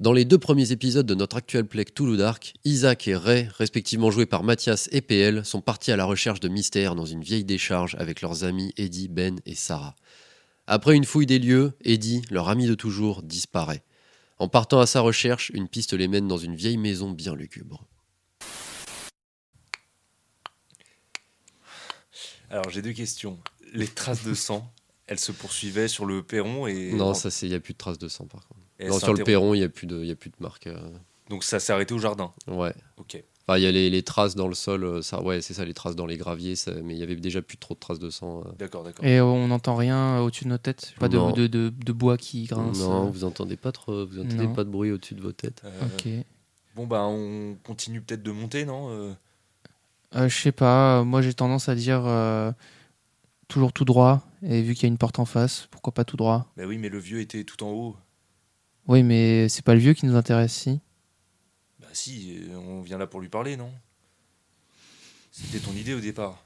Dans les deux premiers épisodes de notre actuel play Toulouse Dark, Isaac et Ray, respectivement joués par Mathias et PL, sont partis à la recherche de mystères dans une vieille décharge avec leurs amis Eddie, Ben et Sarah. Après une fouille des lieux, Eddie, leur ami de toujours, disparaît. En partant à sa recherche, une piste les mène dans une vieille maison bien lugubre. Alors j'ai deux questions. Les traces de sang, elles se poursuivaient sur le perron et Non, ça c'est, il n'y a plus de traces de sang par contre. et elles Non, sur le s'interrompent. perron, il n'y a plus de, il y a plus de marques. euh, Donc ça s'est arrêté au jardin. Ouais. Ok. Enfin, il y a les, les traces dans le sol, euh, ça, ouais, c'est ça, les traces dans les graviers, ça- mais il y avait déjà plus trop de traces de sang. euh. D'accord, d'accord. Et on n'entend rien au-dessus de nos têtes Pas de, Non. de, de- de bois qui grince non, vous entendez pas trop, vous entendez euh. non. pas de bruit au-dessus de vos têtes. Euh, Ok. Bon bah on continue peut-être de monter, non Euh, Euh, je sais pas, euh, moi j'ai tendance à dire euh, toujours tout droit, et vu qu'il y a une porte en face, pourquoi pas tout droit Bah oui, mais le vieux était tout en haut. Oui, mais c'est pas le vieux qui nous intéresse, si Bah si, euh, on vient là pour lui parler, non C'était ton idée au départ.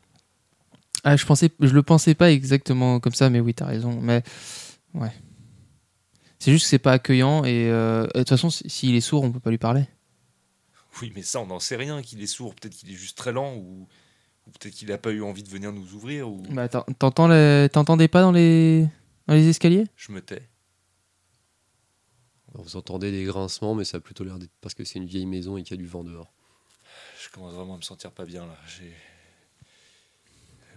Ah, je, pensais, je le pensais pas exactement comme ça, mais oui, t'as raison. Mais ouais. C'est juste que c'est pas accueillant, et euh, de toute façon, si- s'il est sourd, on peut pas lui parler. Oui, mais ça, on n'en sait rien, qu'il est sourd, peut-être qu'il est juste très lent, ou, ou peut-être qu'il n'a pas eu envie de venir nous ouvrir, ou Bah, t'en- t'entends le- T'entendais pas dans les... dans les escaliers je me tais. Alors, Vous entendez des grincements, mais ça a plutôt l'air d'être parce que c'est une vieille maison et qu'il y a du vent dehors. Je commence vraiment à me sentir pas bien là. J'ai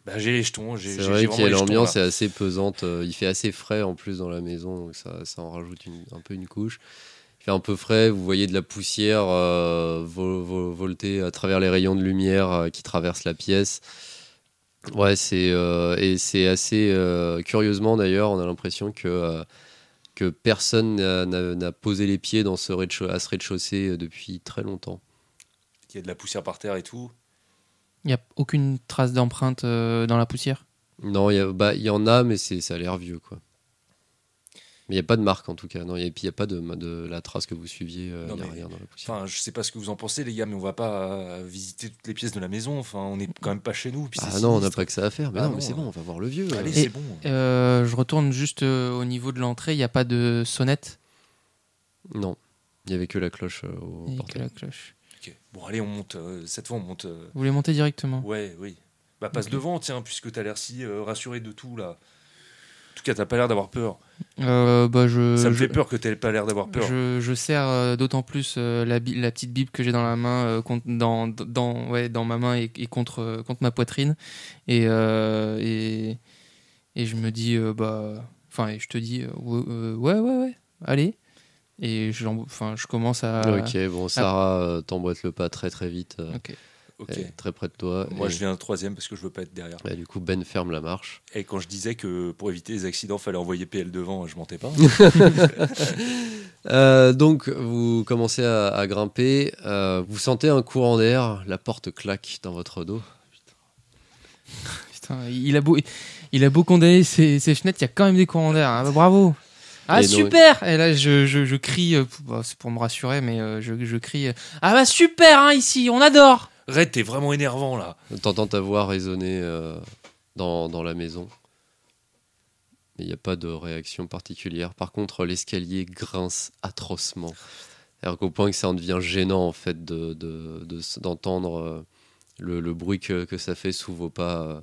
bah, j'ai les jetons, j'ai C'est j'ai- vrai j'ai qu'il y a vraiment les jetons, l'ambiance est là. assez pesante. euh, il fait assez frais en plus dans la maison, donc ça, ça en rajoute une- un peu une couche. Il fait un peu frais, vous voyez de la poussière euh, vol- vol- volter à travers les rayons de lumière euh, qui traversent la pièce. Ouais, c'est euh, et c'est assez euh, curieusement d'ailleurs, on a l'impression que euh, que personne n'a- n'a n'a posé les pieds dans ce rez-de-chau- à ce rez-de-chaussée euh, depuis très longtemps. Il y a de la poussière par terre et tout. Il n'y a aucune trace d'empreinte euh, dans la poussière. Non, il y, a- bah, il y en a, mais c'est, ça a l'air vieux, quoi. Mais il n'y a pas de marque, en tout cas. Non, il y a- et puis il n'y a pas de, de la trace que vous suiviez. euh, Non, Il n'y a mais- rien dans la poussière. Enfin, je sais pas ce que vous en pensez, les gars, mais on va pas euh, visiter toutes les pièces de la maison. Enfin, on est quand même pas chez nous. puis Ah c'est non, on n'a sinistre. pas que ça à faire. Mais Ah non, non, mais c'est euh, bon, on va voir le vieux. Allez, euh. c'est bon. Euh, je retourne juste euh, au niveau de l'entrée, il n'y a pas de sonnette euh. Non, il n'y avait que la cloche euh, au et que portail. la cloche. Ok. Bon, allez, on monte. euh, cette fois, on monte. euh, Vous voulez monter directement Ouais, oui. Bah, passe devant, tiens, puisque t'as l'air si euh, rassuré de tout, là. En tout cas, t'as pas l'air d'avoir peur. Euh, bah, je, ça me je, fait peur que t'aies pas l'air d'avoir peur. Je, je serre euh, d'autant plus euh, la, bi- la petite bible que j'ai dans la main, euh, contre- dans, dans, ouais, dans ma main et, et contre, euh, contre ma poitrine. Et, euh, et, et je me dis, euh, bah, enfin, et je te dis, euh, ouais, euh, ouais, ouais, ouais, allez. Et je, l'em- enfin, je commence à. Ok, Ah. bon, Sarah euh, t'emboîte le pas très très vite, euh, Ok. Ok. elle est très près de toi. Moi, et, je viens troisième parce que je veux pas être derrière. et du coup, Ben ferme la marche. Et quand je disais que pour éviter les accidents, fallait envoyer PL devant, je mentais pas. Euh, donc, vous commencez à, à grimper. euh, vous sentez un courant d'air. La porte claque dans votre dos. Putain, il a beau, il a beau condamner ses, ses fenêtres, il y a quand même des courants d'air. hein. bravo. Ah Et donc- super Et là je, je, je crie, euh, p- bah, c'est pour me rassurer, mais euh, je, je crie euh, Ah bah super hein, ici, on adore Red, t'es vraiment énervant, là. T'entends ta voix résonner euh, dans, dans la maison. Mais il n'y a pas de réaction particulière. Par contre, l'escalier grince atrocement. Alors qu'au point que ça en devient gênant, en fait, de- de- de s- d'entendre euh, le, le bruit que, que ça fait sous vos pas. euh,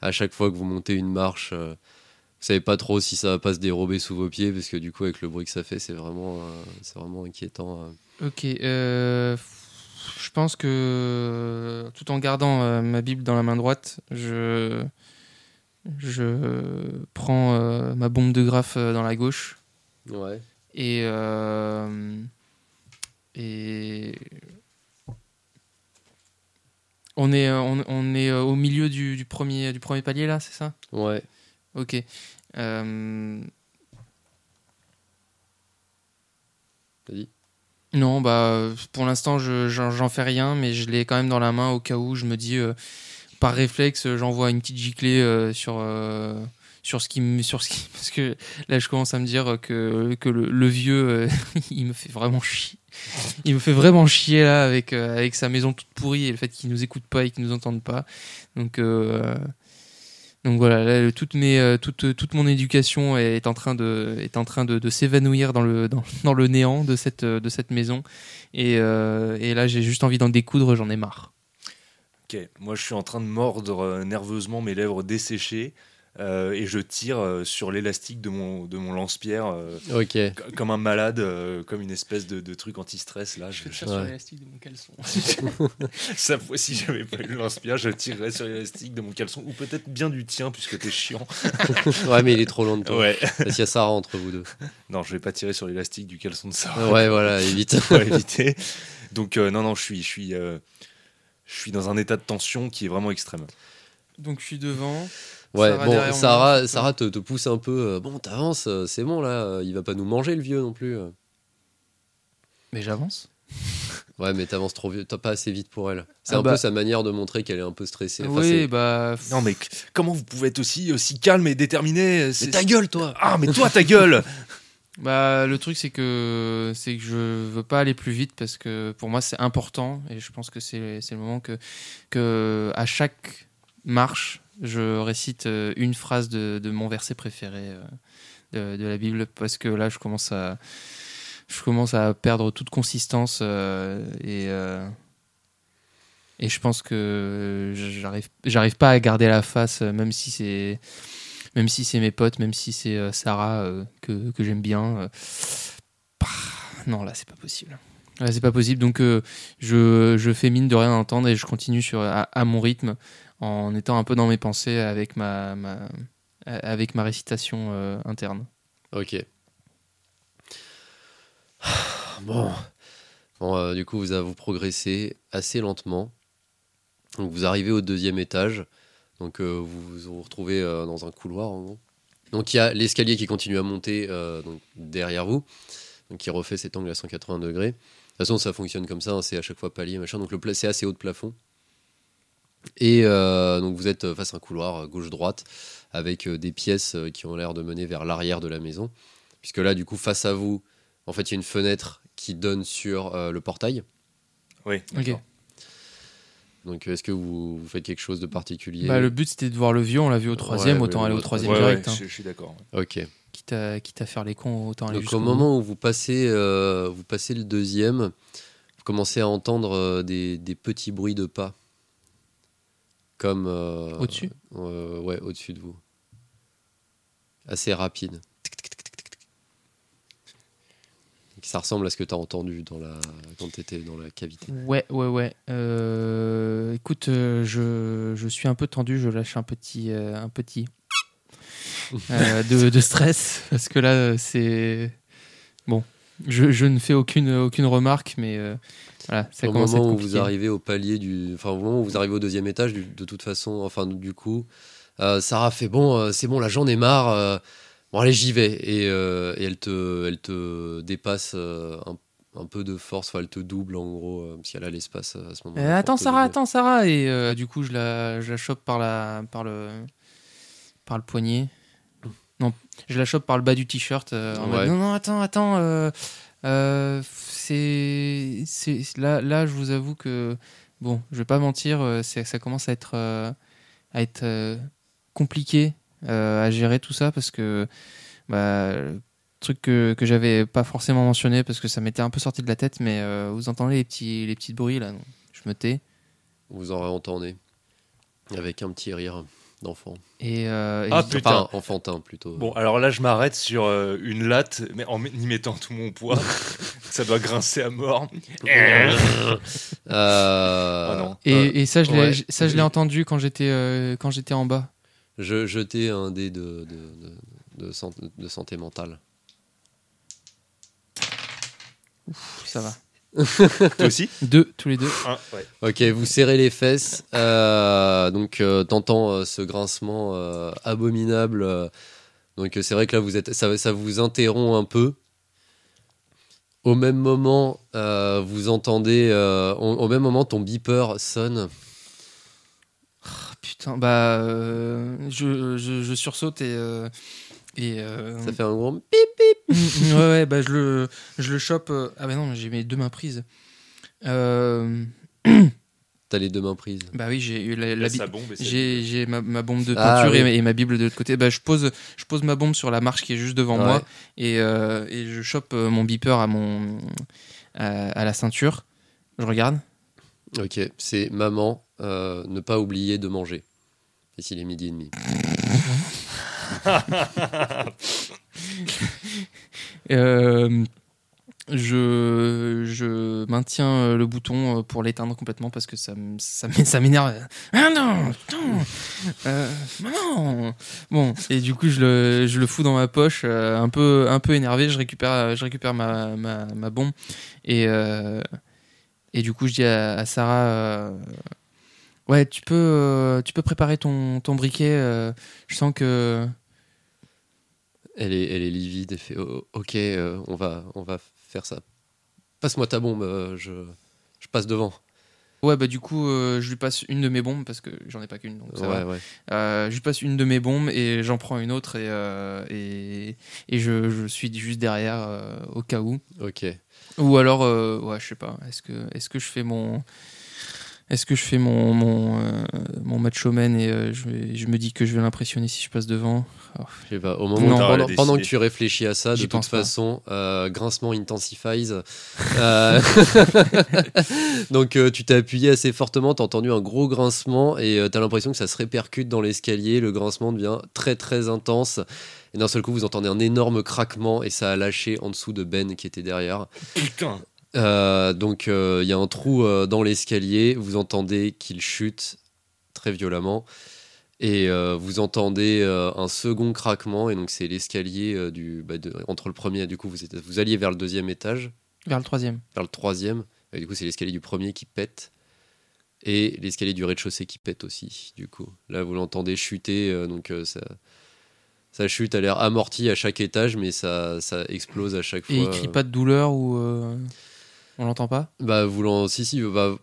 à chaque fois que vous montez une marche, euh, vous savez pas trop si ça va pas se dérober sous vos pieds, parce que du coup, avec le bruit que ça fait, c'est vraiment, euh, c'est vraiment inquiétant. euh. Ok, euh, je pense que tout en gardant euh, ma Bible dans la main droite, je, je prends euh, ma bombe de graphe euh, dans la gauche et, euh, et on est, euh, on, on est euh, au milieu du, du premier, du premier palier là, c'est ça Ouais. Ok. Euh, T'as dit Non, bah euh, pour l'instant je j'en j'en fais rien, mais je l'ai quand même dans la main au cas où je me dis euh, par réflexe euh, j'envoie une petite giclée euh, sur euh, sur ce qui me sur ce qui parce que là je commence à me dire euh, que que le, le vieux euh, il me fait vraiment chier. Il me fait vraiment chier là avec euh, avec sa maison toute pourrie et le fait qu'il nous écoute pas et qu'il nous entende pas. Donc euh, Donc voilà, là, le- toute, mes, euh, toute, toute mon éducation est en train de, est en train de, de s'évanouir dans le, dans, dans le néant de cette, euh, de cette maison. Et, euh, et là, j'ai juste envie d'en découdre, j'en ai marre. Ok, moi je suis en train de mordre euh, nerveusement mes lèvres desséchées euh, et je tire euh, sur l'élastique de mon, de mon lance-pierre euh, Ok. c- comme un malade, euh, comme une espèce de, de truc anti-stress. Là, je- je- sur Ouais. l'élastique de mon caleçon. ça, si j'avais pas eu le lance-pierre, je tirerais sur l'élastique de mon caleçon ou peut-être bien du tien puisque t'es chiant. Ouais, mais il est trop long de toi. Ouais. Parce qu'il y a Sarah entre vous deux. Non, je vais pas tirer sur l'élastique du caleçon de Sarah. Ouais, voilà, évite. pour éviter. Donc euh, non, non, je suis, je suis, euh, je suis dans un état de tension qui est vraiment extrême. Donc je suis devant. Ouais, Sarah bon, derrière, on avance un Sarah, peu. Sarah te, te pousse un peu. euh, bon, t'avances, euh, c'est bon là, euh, il va pas nous manger le vieux non plus. euh. Mais j'avance. Ouais, mais t'avances trop vieux, t'as pas assez vite pour elle. C'est Ah un bah. peu sa manière de montrer qu'elle est un peu stressée. Enfin, Oui, c'est- bah. Non, mais c- comment vous pouvez être aussi, aussi calme et déterminé euh, Mais c'est- ta gueule, toi Ah, mais toi, ta gueule Bah, le truc, c'est que, c'est que je veux pas aller plus vite parce que pour moi, c'est important et je pense que c'est, c'est le moment que, que, à chaque marche, je récite euh, une phrase de, de mon verset préféré euh, de, de la Bible parce que là, je commence à, je commence à perdre toute consistance euh, et, euh, et je pense que j'arrive, j'arrive pas à garder la face, euh, même si c'est même si c'est mes potes, même si c'est euh, Sarah euh, que, que j'aime bien. euh, bah, non, là, c'est pas possible. Là, c'est pas possible. Donc, euh, je, je fais mine de rien entendre et je continue sur, à, à mon rythme en étant un peu dans mes pensées avec ma, ma- avec ma récitation euh, interne. Ok. Bon. Bon, euh, du coup, vous, vous progressez assez lentement. Donc, vous arrivez au deuxième étage. Donc, euh, vous vous retrouvez euh, dans un couloir, en gros. Donc, il y a l'escalier qui continue à monter euh, donc, derrière vous, donc, qui refait cet angle à 180 degrés. De toute façon, ça fonctionne comme ça, hein, c'est à chaque fois palier, machin. Donc, le pla- c'est assez haut de plafond. Et euh, donc, vous êtes euh, face à un couloir euh, gauche-droite, avec euh, des pièces euh, qui ont l'air de mener vers l'arrière de la maison puisque là, du coup, face à vous, en fait, il y a une fenêtre qui donne sur euh, le portail. Oui, Ok. d'accord. Donc, est-ce que vous, vous faites quelque chose de particulier Bah, le but, c'était de voir le vieux. On l'a vu au troisième. Ouais, autant ouais, aller au ouais. troisième Ouais, direct. ouais, hein. je, je suis d'accord. Ok. Quitte, à, quitte à faire les cons, autant aller Donc, jusqu'au au moment où vous passez, euh, vous passez le deuxième, vous commencez à entendre euh, des, des petits bruits de pas. Comme. euh, bout. Au-dessus euh, Ouais, au-dessus de vous. Assez rapide. Tic, tic, tic, tic, tic, tic. Ça ressemble à ce que tu as entendu dans la... quand tu étais dans la cavité. Ouais, ouais, ouais. Euh, écoute, euh, je, je suis un peu tendu, je lâche un petit, euh, un petit euh, de, de stress parce que là, euh, c'est bon. Je, je ne fais aucune, aucune remarque, mais euh, voilà, ça au commence à être moment où compliqué. vous arrivez au palier du, enfin au moment où vous arrivez au deuxième étage, du- de toute façon, enfin du coup, euh, Sarah fait bon, euh, c'est bon, là j'en ai marre. euh, bon allez, j'y vais. Et, euh, et elle te, elle te dépasse euh, un, un peu de force. Enfin, elle te double en gros, euh, parce qu'elle a l'espace euh, à ce moment-là. Euh, pour attends, te Sarah, doubler. attends, Sarah. Et euh, du coup, je la, je la chope par, la, par, le, par le poignet. Non, je la chope par le bas du t-shirt. euh, en mode, Ouais. non, non, attends, attends. euh, euh, c'est, c'est, là, là, je vous avoue que, bon, je vais pas mentir, euh, c'est, ça commence à être, euh, à être euh, compliqué euh, à gérer tout ça parce que bah, le truc que, que j'avais pas forcément mentionné parce que ça m'était un peu sorti de la tête, mais euh, vous entendez les petits, les petits bruits là, non je me tais. Vous en réentendez avec un petit rire d'enfant. Et, euh, et Ah, je dis- Putain. Enfin, enfantin plutôt. Bon, alors là, je m'arrête sur euh, une latte, mais en y mettant tout mon poids. ça doit grincer à mort. Euh, Oh Ah non. euh, et, et ça, je l'ai, ouais. je- ça, je l'ai entendu quand j'étais, euh, quand j'étais en bas. Je jetais un dé de, de, de, de san- de santé mentale. Pff, Ça va. Toi aussi Deux, tous les deux. Hein, ouais. Ok, vous serrez les fesses. euh, donc, euh, t'entends euh, ce grincement euh, abominable. euh, donc, euh, c'est vrai que là, vous êtes, ça, ça vous interrompt un peu. Au même moment, euh, vous entendez. euh, au, au même moment, ton beeper sonne. Ah, putain, bah, euh, je, je, je sursaute et. euh, et euh, Ça fait un gros. pip. Mm, ouais, ouais, bah je le, je le chope. euh, Ah bah non, mais j'ai mes deux mains prises. Euh, T'as les deux mains prises. Bah oui, j'ai eu la, Il la, a bi- sa bombe et c'est- J'ai j'ai ma, ma bombe de Ah, peinture et oui. ma- et, ma Bible de l'autre côté. Bah, je, pose, je pose ma bombe sur la marche qui est juste devant Ouais. moi et, euh, et je chope euh, mon beeper à, mon, à, à la ceinture. Je regarde. Ok, c'est maman, euh, ne pas oublier de manger. Et s'il est midi et demi. Euh, je, je maintiens euh, le bouton euh, pour l'éteindre complètement parce que ça, m- ça m- ça m'énerve. Ah non putain, euh, maman. Bon, et du coup, je le, je le fous dans ma poche, euh, un, peu, un peu énervé. Je récupère, euh, je récupère ma, ma, ma bombe. Et, euh, et du coup, je dis à, à Sarah euh, Ouais, tu peux, euh, tu peux préparer ton, ton briquet. euh, je sens que. Elle est, elle est livide et fait oh, Ok, euh, on, va, on va faire ça. Passe-moi ta bombe, euh, je, je passe devant. Ouais, bah du coup, euh, je lui passe une de mes bombes parce que j'en ai pas qu'une. donc ça va. Ouais, ouais. Euh, je lui passe une de mes bombes et j'en prends une autre et, euh, et, et je, je suis juste derrière euh, au cas où. Ok. Ou alors, euh, ouais, je sais pas, est-ce que, est que je fais mon. Est-ce que je fais mon, mon, euh, mon macho man et euh, je, vais- je me dis que je vais l'impressionner si je passe devant Je sais pas, au moment Non. pendant, T'aurais pendant que décidé. tu réfléchis à ça, de J'y toute pense pas. façon, euh, grincement intensifies. Euh, Donc euh, tu t'es appuyé assez fortement, t'as entendu un gros grincement et euh, t'as l'impression que ça se répercute dans l'escalier. Le grincement devient très très intense. Et d'un seul coup, vous entendez un énorme craquement et ça a lâché en dessous de Ben qui était derrière. Putain Euh, donc euh, il y a un trou euh, dans l'escalier, vous entendez qu'il chute très violemment et euh, vous entendez euh, un second craquement et donc c'est l'escalier euh, du bah, de- entre le premier du coup vous êtes- vous alliez vers le deuxième étage, vers le troisième. vers le troisième et du coup c'est l'escalier du premier qui pète et l'escalier du rez-de-chaussée qui pète aussi du coup là vous l'entendez chuter euh, donc euh, ça ça chute à l'air amorti à chaque étage mais ça ça explose à chaque fois. Et il crie euh. pas de douleur ou. euh, on l'entend pas Bah, vous l'en- si, si, bah,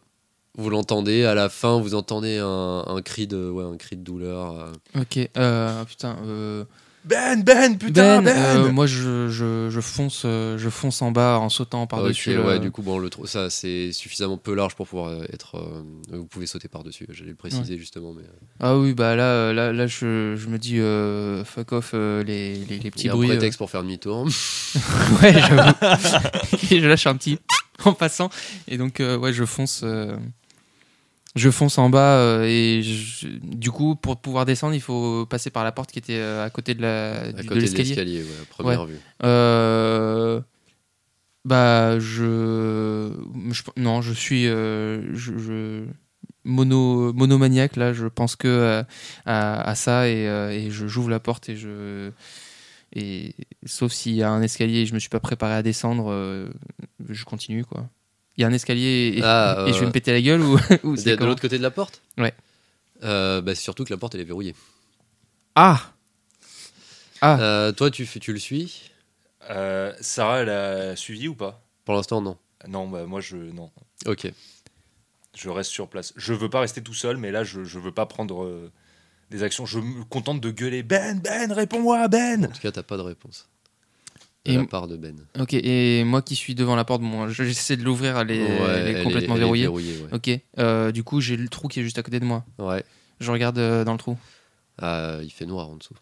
vous l'entendez. À la fin, vous entendez un, un cri de, ouais, un cri de douleur. euh. Ok, euh, putain. euh, Ben, Ben, putain, Ben, euh, moi je, je, je fonce euh, je fonce en bas en sautant Ah, par-dessus. euh, Ok, le- ouais, du coup, bon, le trou, ça, c'est suffisamment peu large pour pouvoir euh, être. euh, vous pouvez sauter par-dessus. J'allais le préciser justement, mais. euh, Ah oui, bah là, euh, là, là je, je me dis euh, fuck off euh, les, les, les il y petits a bruits. un euh. prétexte pour faire demi-tour. Ouais, j'avoue. Et je lâche un petit en passant. Et donc, euh, ouais, je fonce. euh, Je fonce en bas euh, et je- du coup, pour pouvoir descendre, il faut passer par la porte qui était euh, à côté de la- à du- de côté de l'escalier. l'escalier, ouais, à première vue. Euh, bah, je, je- non, je suis euh, je, je- mono monomaniaque là. Je pense que euh, à, à ça et, euh, et je j'ouvre la porte et je et sauf s'il y a un escalier et je me suis pas préparé à descendre, euh, je continue quoi. Il y a un escalier et, Ah, et je vais euh, me péter la gueule ou, ou c'est De, de comment l'autre côté de la porte Ouais. Euh, bah, c'est surtout que la porte, elle est verrouillée. Ah Ah. Euh, toi, tu, fais- tu le suis Euh, Sarah, elle a suivi ou pas Pour l'instant, non. Non, bah moi, je. Non. Ok. Je reste sur place. Je veux pas rester tout seul, mais là, je, je veux pas prendre euh, des actions. Je me contente de gueuler Ben, Ben, réponds-moi, Ben En tout cas, t'as pas de réponse. De Et- la part de Ben. Ok et moi qui suis devant la porte, bon, je- j'essaie de l'ouvrir, elle est, Ouais, elle est elle complètement elle est verrouillée. verrouillée, ouais. Ok, euh, du coup j'ai le trou qui est juste à côté de moi. Ouais. Je regarde euh, dans le trou. Ah, il fait noir en dessous.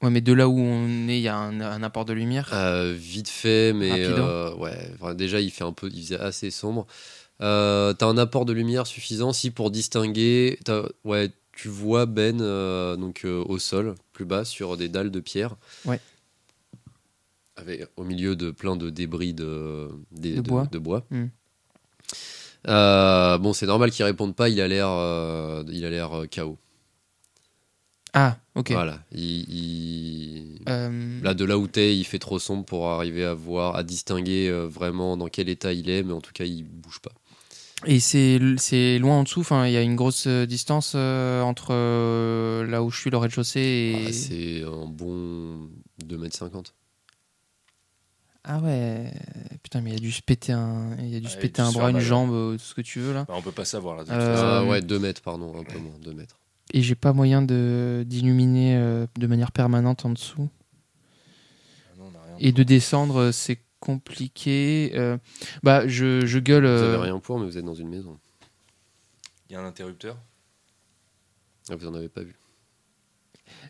Ouais, mais de là où on est, il y a un, un apport de lumière. Euh, vite fait, mais Rapido. euh, ouais. enfin, déjà, il fait un peu, il faisait assez sombre. Euh, t'as un apport de lumière suffisant si pour distinguer. t'as- Ouais, tu vois Ben euh, donc euh, au sol, plus bas, sur des dalles de pierre. Ouais. Avec, au milieu de plein de débris de, des- De bois. Mm. Euh, bon, c'est normal qu'il réponde pas. Il a l'air, euh, il a l'air euh, KO. Ah, ok. Voilà. Il- il... Euh, Là, de là où t'es, il fait trop sombre pour arriver à voir, à distinguer euh, vraiment dans quel état il est, mais en tout cas, il bouge pas. et c'est c'est loin en dessous, enfin, il y a une grosse euh, distance euh, entre euh, là où je suis, le rez-de-chaussée et. Ah, c'est un bon 2m50. Ah ouais, putain, mais il y a dû se péter un, il y a dû se Ouais, péter du un bras, une surval. jambe, euh, tout ce que tu veux là. Bah, On peut pas savoir là. de toute Euh, façon. Ah, ouais, 2 mètres, pardon, un peu moins, 2 mètres. Et j'ai pas moyen de d'illuminer euh, de manière permanente en dessous. Ah Non, on a rien. Et de descendre, euh, c'est compliqué. euh, Bah, je, je gueule. Vous euh, avez rien pour, mais vous êtes dans une maison. Il y a un interrupteur Ah, vous en avez pas vu.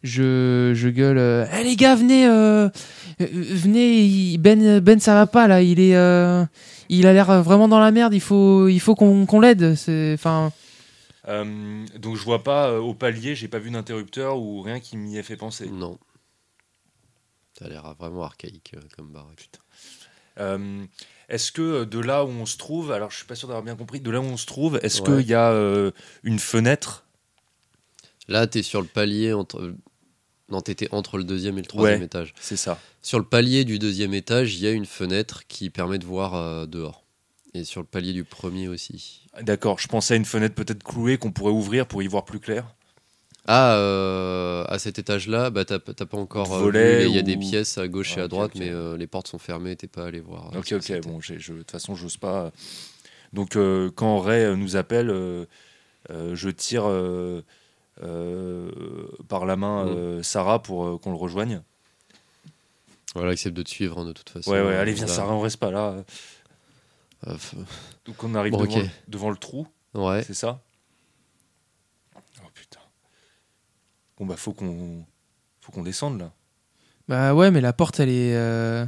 Je, je gueule. euh, Eh, les gars, venez, euh, euh, venez. il- Ben, Ben, ça va pas là. Il est, euh, il a l'air vraiment dans la merde. Il faut, il faut qu'on qu'on l'aide. C'est, enfin, Euh, donc je vois pas euh, au palier, j'ai pas vu d'interrupteur ou rien qui m'y ait fait penser. Non. Ça a l'air vraiment archaïque euh, comme baraque. Euh, est-ce que euh, de là où on se trouve, alors je suis pas sûr d'avoir bien compris, de là où on se trouve, est-ce Ouais. qu'il y a euh, une fenêtre Là, t'es sur le palier entre. euh, Non, t'étais entre le deuxième et le troisième Ouais. étage. C'est ça. Sur le palier du deuxième étage, il y a une fenêtre qui permet de voir euh, dehors. Et sur le palier du premier aussi. D'accord, je pensais à une fenêtre peut-être clouée qu'on pourrait ouvrir pour y voir plus clair. Ah, euh, à cet étage-là, bah, t'as t'as pas encore. euh, vu, Volet Il y a des ou- pièces à gauche Ah, et à ok, droite, ok. mais euh, les portes sont fermées, t'es pas allé voir. euh, ok, ce que ok, c'était. bon, j'ai- je- de toute façon, j'ose pas. Donc euh, quand Ray euh, nous appelle, euh, euh, je tire euh, euh, par la main Mm. euh, Sarah pour euh, qu'on le rejoigne. Voilà, accepte de te suivre hein, de toute façon. Ouais, ouais, allez, viens, Voilà. Sarah, on reste pas là. Euh, f- Donc on arrive Bon, devant, ok. devant le trou, Ouais. c'est ça Oh putain. Bon bah faut qu'on faut qu'on descende là. bah ouais, mais la porte, elle est, euh,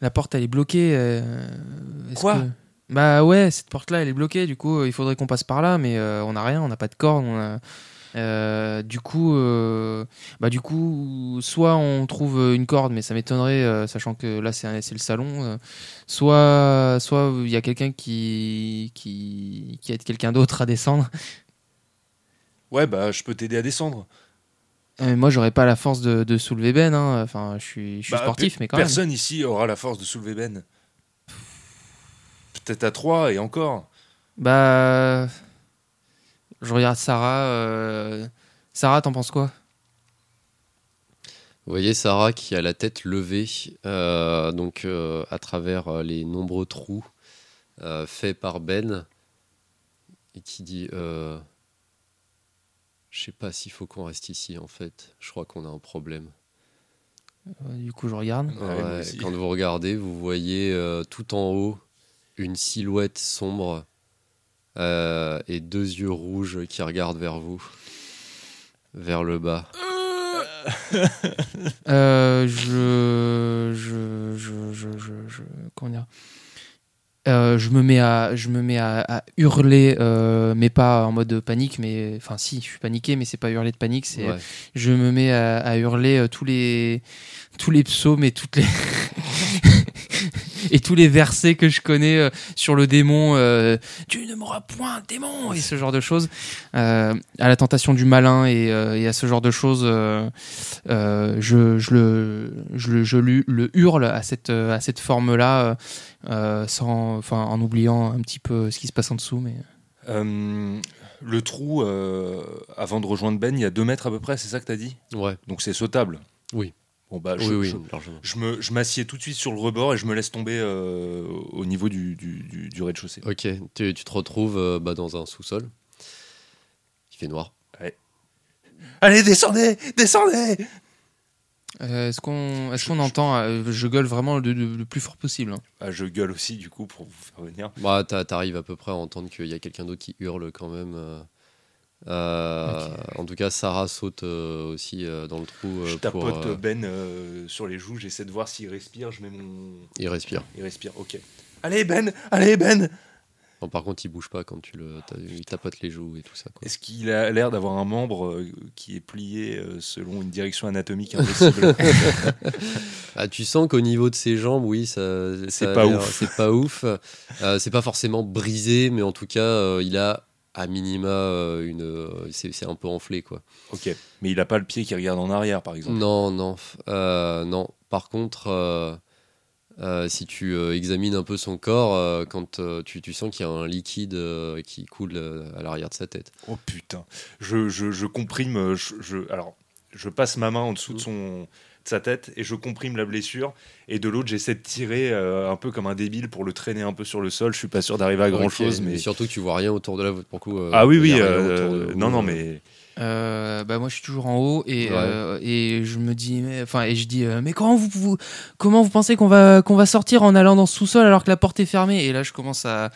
la porte, elle est bloquée. euh, est-ce Quoi que- Bah ouais, cette porte-là, elle est bloquée. Du coup, euh, il faudrait qu'on passe par là, mais euh, on n'a rien, on n'a pas de corde. on a- euh, du coup, euh, bah du coup, soit on trouve euh, une corde, mais ça m'étonnerait, euh, sachant que là c'est un- c'est le salon. euh, soit, soit il y a quelqu'un qui qui qui aide quelqu'un d'autre à descendre. Ouais bah je peux t'aider à descendre. Euh, mais moi, j'aurais pas la force de, de soulever Ben. hein. Enfin, je suis, je suis Bah, sportif, pe- mais quand même. personne ici aura la force de soulever Ben. Peut-être à trois et encore. Bah. Je regarde Sarah. euh, Sarah, t'en penses quoi Vous voyez Sarah qui a la tête levée, euh, donc euh, à travers euh, les nombreux trous euh, faits par Ben, et qui dit euh, Je sais pas s'il faut qu'on reste ici en fait, je crois qu'on a un problème. Euh, Du coup, je regarde. Ah Ouais, moi Ouais, aussi. quand vous regardez, vous voyez euh, tout en haut une silhouette sombre euh, et deux yeux rouges qui regardent vers vous, vers le bas. Euh, je, je, je, je, je, je- Comment dire Euh, je me mets à, je me mets à, à hurler, euh, mais pas en mode panique, mais enfin si, je suis paniqué, mais c'est pas hurler de panique, c'est Ouais. je me mets à, à hurler euh, tous les tous les psaumes et toutes les et tous les versets que je connais euh, sur le démon euh, tu ne m'auras point démon et ce genre de choses Euh, à la tentation du malin et, euh, et à ce genre de choses euh, euh, je, je le je, le, je lu- le hurle à cette euh, à cette forme là sans enfin en oubliant un petit peu ce qui se passe en dessous mais Euh, le trou euh, avant de rejoindre Ben, il y a deux mètres à peu près, c'est ça que t'as dit Ouais, Donc c'est sautable. Oui. Bon bah je, oui, oui, je- largement. je me- je m'assieds tout de suite sur le rebord et je me laisse tomber euh, au niveau du, du- du- du rez-de-chaussée. Ok, tu, tu te retrouves euh, bah, dans un sous-sol. Il fait noir. Allez, descendez Descendez Euh, est-ce qu'on est-ce qu'on entend euh, je gueule vraiment le, le- le plus fort possible hein. Ah, Je gueule aussi, du coup, pour vous faire venir. Bah, t'a- t'arrives à peu près à entendre qu'il y a quelqu'un d'autre qui hurle quand même. euh. Euh, En tout cas, Sarah saute euh, aussi euh, dans le trou. euh, je pour, tapote euh, Ben euh, sur les joues, j'essaie de voir s'il respire, je mets mon... Il respire. Il respire, ok. Allez, Ben Allez, Ben Non, par contre, il bouge pas quand tu le. t'as- Il tapote les joues et tout ça. quoi. Est-ce qu'il a l'air d'avoir un membre euh, qui est plié euh, selon une direction anatomique impossible Ah, tu sens qu'au niveau de ses jambes, oui, ça. C'est ça a pas l'air- ouf. C'est pas ouf. Euh, c'est pas forcément brisé, mais en tout cas, euh, il a à minima euh, une. euh, c'est c'est un peu enflé, quoi. Ok, mais il a pas le pied qui regarde en arrière, par exemple. Non, non, f- euh, non. Par contre, euh, euh, si tu euh, examines un peu son corps, euh, quand euh, tu, tu sens qu'il y a un liquide euh, qui coule euh, à l'arrière de sa tête. Oh putain, je, je, je comprime, euh, je, je- alors je passe ma main en dessous de, son, de sa tête et je comprime la blessure. Et de l'autre, j'essaie de tirer euh, un peu comme un débile pour le traîner un peu sur le sol. Je suis pas sûr d'arriver à grand Ok, chose, mais. surtout que tu vois rien autour de la pour le coup. euh, Ah oui, il y oui, a rien euh, autour de- non, non, mais. Euh, bah moi je suis toujours en haut et, Ouais. euh, et je me dis mais- enfin et je dis euh, mais comment vous, vous- comment vous pensez qu'on va qu'on va sortir en allant dans ce sous-sol alors que la porte est fermée et là je commence à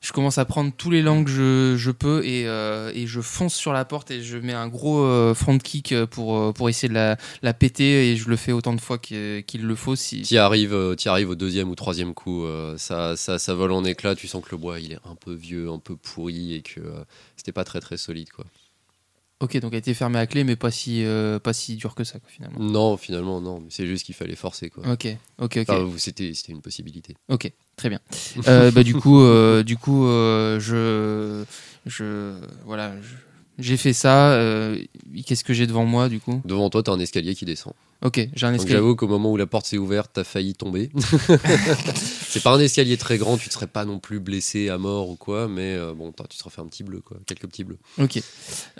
je commence à prendre tous les langues que je, je peux et, euh, et je fonce sur la porte et je mets un gros euh, front kick pour, euh, pour essayer de la, la péter et je le fais autant de fois que- qu'il le faut. Si... T'y arrives, euh, t'y arrives au deuxième ou troisième coup, euh, ça, ça, ça vole en éclat, tu sens que le bois il est un peu vieux, un peu pourri et que euh, c'était pas très très solide quoi. Ok, donc elle était fermée à clé, mais pas si, euh, pas si dur que ça quoi, finalement. Non, finalement non, mais c'est juste qu'il fallait forcer quoi. Ok, ok, ok. Enfin, vous- c'était, c'était une possibilité. Ok, très bien. Euh, bah, du coup, euh, du coup, euh, je, je, voilà, je- j'ai fait ça. euh, Qu'est-ce que j'ai devant moi, du coup Devant toi, t'as un escalier qui descend. Ok, j'ai un Donc escalier. j'avoue qu'au moment où la porte s'est ouverte, t'as failli tomber. c'est pas un escalier très grand, tu te serais pas non plus blessé à mort ou quoi, mais euh, bon, t'as- tu te serais fait un petit bleu quoi, quelques petits bleus. Ok.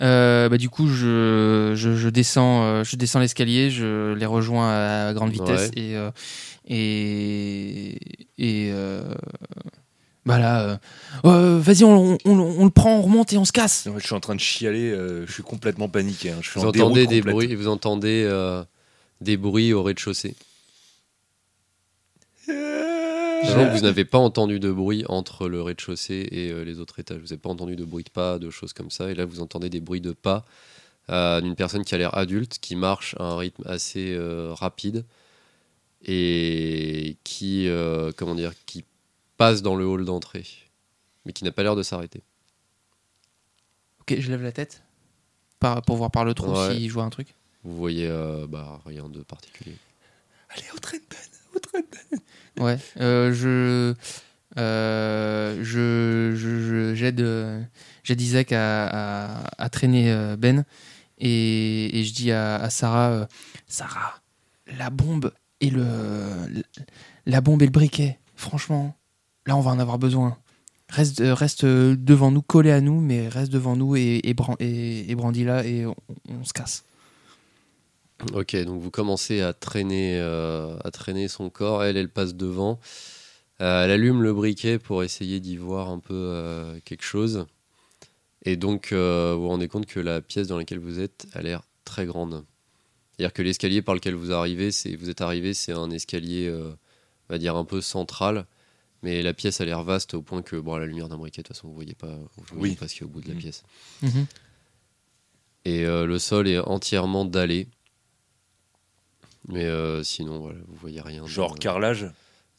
Euh, bah, du coup, je, je, je descends, euh, je descends l'escalier, je les rejoins à grande vitesse Ouais. et euh, et et euh, bah là, euh, euh, vas-y, on, on- on- on le prend, on remonte et on se casse. Non, mais Je suis en train de chialer, euh, je suis complètement paniqué. hein, Je suis Vous en déroute entendez des complète. bruits, vous entendez euh, des bruits au rez-de-chaussée. Sachant que vous n'avez pas entendu de bruit entre le rez-de-chaussée et euh, les autres étages. Vous n'avez pas entendu de bruit de pas, de choses comme ça. Et là, vous entendez des bruits de pas euh, d'une personne qui a l'air adulte, qui marche à un rythme assez euh, rapide et qui, euh, comment dire, qui passe dans le hall d'entrée, mais qui n'a pas l'air de s'arrêter. Ok, je lève la tête par, pour voir par le trou Ouais. si je vois un truc. Vous voyez euh, bah, rien de particulier. Allez, au Trenton, au Trenton. Ouais, euh, je, euh, je, je- je- j'aide, euh, j'aide Isaac à, à- à traîner euh, Ben et, et je dis à, à Sarah, euh, Sarah, la bombe et le, la bombe et le briquet, franchement, là on va en avoir besoin. Reste, euh, reste euh, devant nous, collé à nous, mais reste devant nous et, et, bran- et, et brandis là et on, on se casse. Ok, donc vous commencez à traîner, euh, à traîner son corps. Elle, elle passe devant. Euh, elle allume le briquet pour essayer d'y voir un peu euh, quelque chose. Et donc, euh, vous vous rendez compte que la pièce dans laquelle vous êtes a l'air très grande. C'est-à-dire que l'escalier par lequel vous arrivez, c'est vous êtes arrivé, c'est un escalier, euh, on va dire un peu central, mais la pièce a l'air vaste au point que, bon, à la lumière d'un briquet, de toute façon, vous voyez pas, vous voyez Oui. pas ce qu'il y a au bout de la Mhm. pièce. Et euh, le sol est entièrement dallé. Mais euh, sinon, voilà, vous voyez rien. de- Euh, Genre carrelage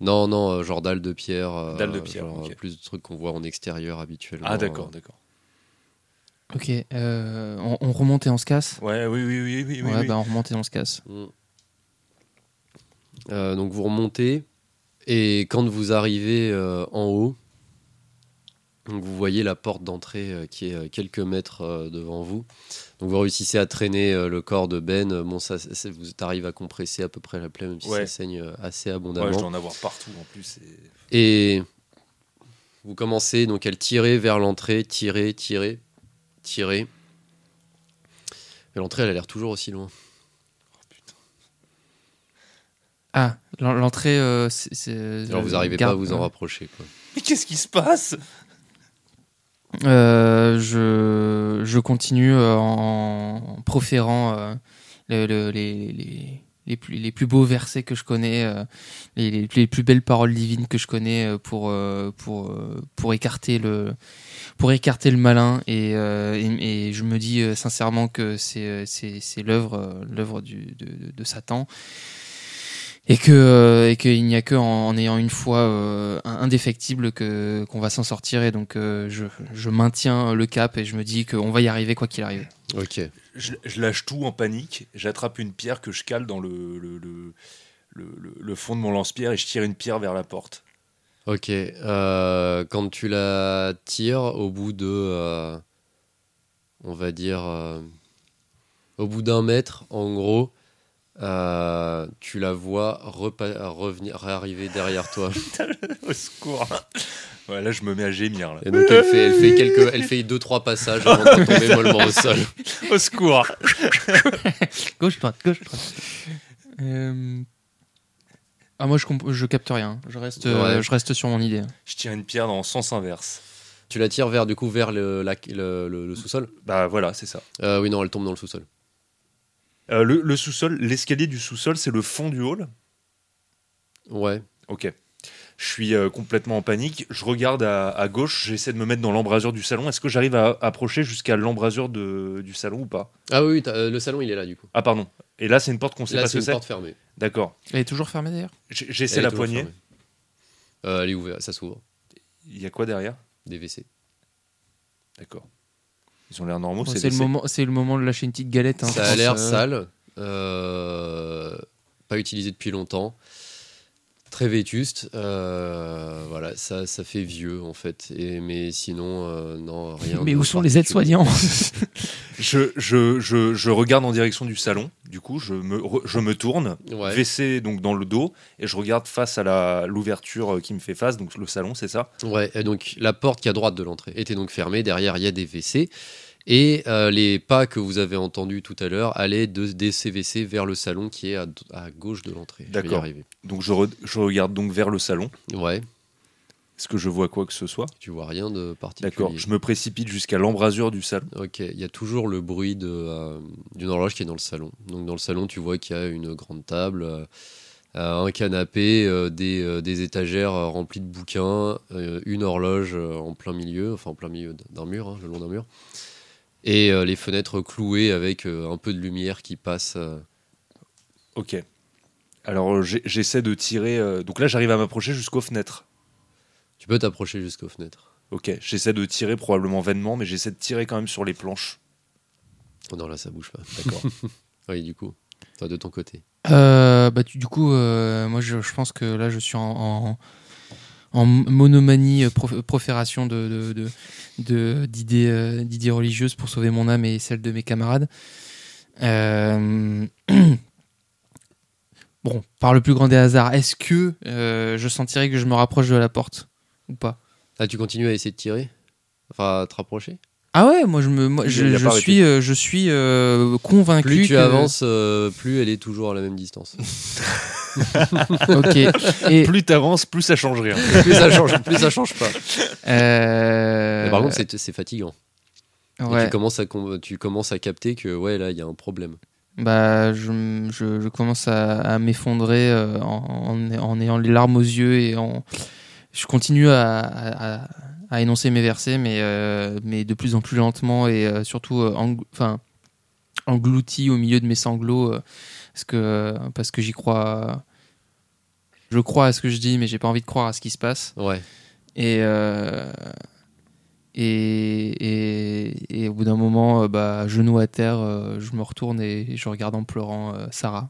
Non, non, euh, genre dalle de pierre. euh, Dalle de pierre, genre, ok. euh, Plus de trucs qu'on voit en extérieur habituellement. Ah, d'accord, d'accord. Ok, euh, on, on remonte et on se casse. Ouais, oui, oui, oui, oui. oui, ouais, oui. bah, on remonte et on se casse. Mm. Euh, donc vous remontez. Et quand vous arrivez euh, en haut, donc vous voyez la porte d'entrée euh, qui est euh, quelques mètres euh, devant vous. Donc vous réussissez à traîner euh, le corps de Ben. Euh, Bon, ça, ça- vous arrivez à compresser à peu près la plaie, même si Ouais. ça saigne euh, assez Ouais, abondamment. je dois en avoir partout en plus. c'est- Et vous commencez donc à le tirer vers l'entrée, tirer, tirer, tirer. Mais l'entrée, elle a l'air toujours aussi loin. Oh, putain. Ah, l'en- l'entrée, euh, c'est- c'est. Alors vous euh, arrivez pas à garde- vous en rapprocher. quoi. Mais qu'est-ce qui se passe Euh, je, je continue euh, en, en proférant euh, le- le- les, les, les plus, les plus beaux versets que je connais, euh, les, les plus, les plus belles paroles divines que je connais euh, pour, euh, pour, euh, pour, écarter, le, pour écarter le malin. Et, euh, et, et je me dis euh, sincèrement que c'est, euh, c'est, c'est l'œuvre, euh, l'œuvre du- de, de- de Satan. Et que euh, et qu'il n'y a que en, en ayant une foi euh, in- indéfectible que qu'on va s'en sortir et donc euh, je, je maintiens le cap et je me dis qu'on va y arriver quoi qu'il arrive. Ok. je, je lâche tout en panique, j'attrape une pierre que je cale dans le, le, le, le- le- le fond de mon lance-pierre et je tire une pierre vers la porte. Ok. euh, quand tu la tires, au bout de. euh, on va dire. euh, au bout d'un mètre, en gros, euh, tu la vois repa- revenir, réarriver derrière toi. Au secours ouais, Là, je me mets à gémir. Là. Et donc elle fait, elle fait quelques, elle fait deux trois passages avant de tomber mollement au sol. Au secours Gauche droite, gauche droite. Euh, Ah moi je comp- je capte rien, je reste euh, Ouais. je reste sur mon idée. Je tire une pierre dans le sens inverse. Tu la tires vers du coup vers le, la- le- le- le sous-sol Bah voilà, c'est ça. Euh, Oui, non, elle tombe dans le sous-sol. Euh, le le sous-sol, l'escalier du sous-sol, c'est le fond du hall Ouais. Ok. je suis euh, complètement en panique, je regarde à, à gauche, j'essaie de me mettre dans l'embrasure du salon. Est-ce que j'arrive à approcher jusqu'à l'embrasure de- du salon ou pas Ah oui, oui, t'as- euh, le salon il est là du coup. Ah pardon. Et là, c'est une porte qu'on sait Là, pas c'est ce que une c'est. porte fermée. D'accord. Elle est toujours fermée d'ailleurs. J- Elle J'essaie est la toujours poignée. fermée. Euh, elle est ouverte, ça s'ouvre. Il y a quoi derrière Des WC. D'accord. Ils ont l'air normaux. Bon, ces c'est le laissés. moment, c'est le moment de lâcher une petite galette. hein, Oh, Ça a je pense, l'air euh, sale, euh, pas utilisé depuis longtemps, très vétuste. euh, voilà, ça, ça fait vieux en fait. Et, mais sinon, euh, non, rien. Mais de où sont les particulier. aides-soignants Je, je, je, je regarde en direction du salon. Du coup, je me, re- je me tourne. Ouais. WC donc dans le dos et je regarde face à la l'ouverture euh, qui me fait face donc le salon c'est ça Ouais, et donc la porte qui est à droite de l'entrée était donc fermée. Derrière, il y a des WC. Et euh, les pas que vous avez entendus tout à l'heure allaient de, des CVC vers le salon qui est à, à gauche de l'entrée. Je vais y D'accord. arriver. donc je, re- je regarde donc vers le salon Ouais, est-ce que je vois quoi que ce soit tu vois rien de particulier. d'accord je me précipite jusqu'à l'embrasure du salon Ok, il y a toujours le bruit de, euh, d'une horloge qui est dans le salon. Donc dans le salon, tu vois qu'il y a une grande table, euh, euh, un canapé, euh, des, euh, des étagères euh, remplies de bouquins, euh, une horloge euh, en plein milieu, enfin en plein milieu d- d'un mur, hein, le long d'un mur, et euh, les fenêtres clouées avec euh, un peu de lumière qui passe. euh. ok alors euh, j'ai- j'essaie de tirer euh, donc là j'arrive à m'approcher jusqu'aux fenêtres Tu peux t'approcher jusqu'aux fenêtres. ok j'essaie de tirer probablement vainement mais j'essaie de tirer quand même sur les planches Oh non, là ça bouge pas. d'accord Oui, du coup, toi de ton côté. Euh, bah, tu- du coup, euh, moi, je, je pense que là, je suis en, en, en monomanie, euh, prof- profération de- de- de- de- d'idées euh, d'idées religieuses pour sauver mon âme et celle de mes camarades. Euh, bon, par le plus grand des hasards, est-ce que euh, je sentirais que je me rapproche de la porte ou pas Ah, tu continues à essayer de tirer Enfin, à te rapprocher Ah ouais, moi, je, me, moi, Il a- je, il a je pas suis, euh, je suis euh, convaincu. Plus tu que- avances, euh, plus elle est toujours à la même distance. Ok. Et, plus t'avances plus ça change rien plus ça change, plus ça change pas. euh, Mais par contre, c'est c'est fatigant. Et ouais. tu, commences à, con- tu commences à capter que ouais, là, il y a un problème. Bah, je, m- je, je commence à, à m'effondrer euh, en, en- en ayant les larmes aux yeux et en... je continue à, à- à- à énoncer mes versets, mais, euh, mais de plus en plus lentement et euh, surtout euh, eng- enfin, englouti au milieu de mes sanglots euh, parce que, euh, parce que j'y crois. Je crois à ce que je dis, mais j'ai pas envie de croire à ce qui se passe. Ouais. Et, euh, et, et, et au bout d'un moment, euh, bah, genou à terre, euh, je me retourne et je regarde en pleurant euh, Sarah.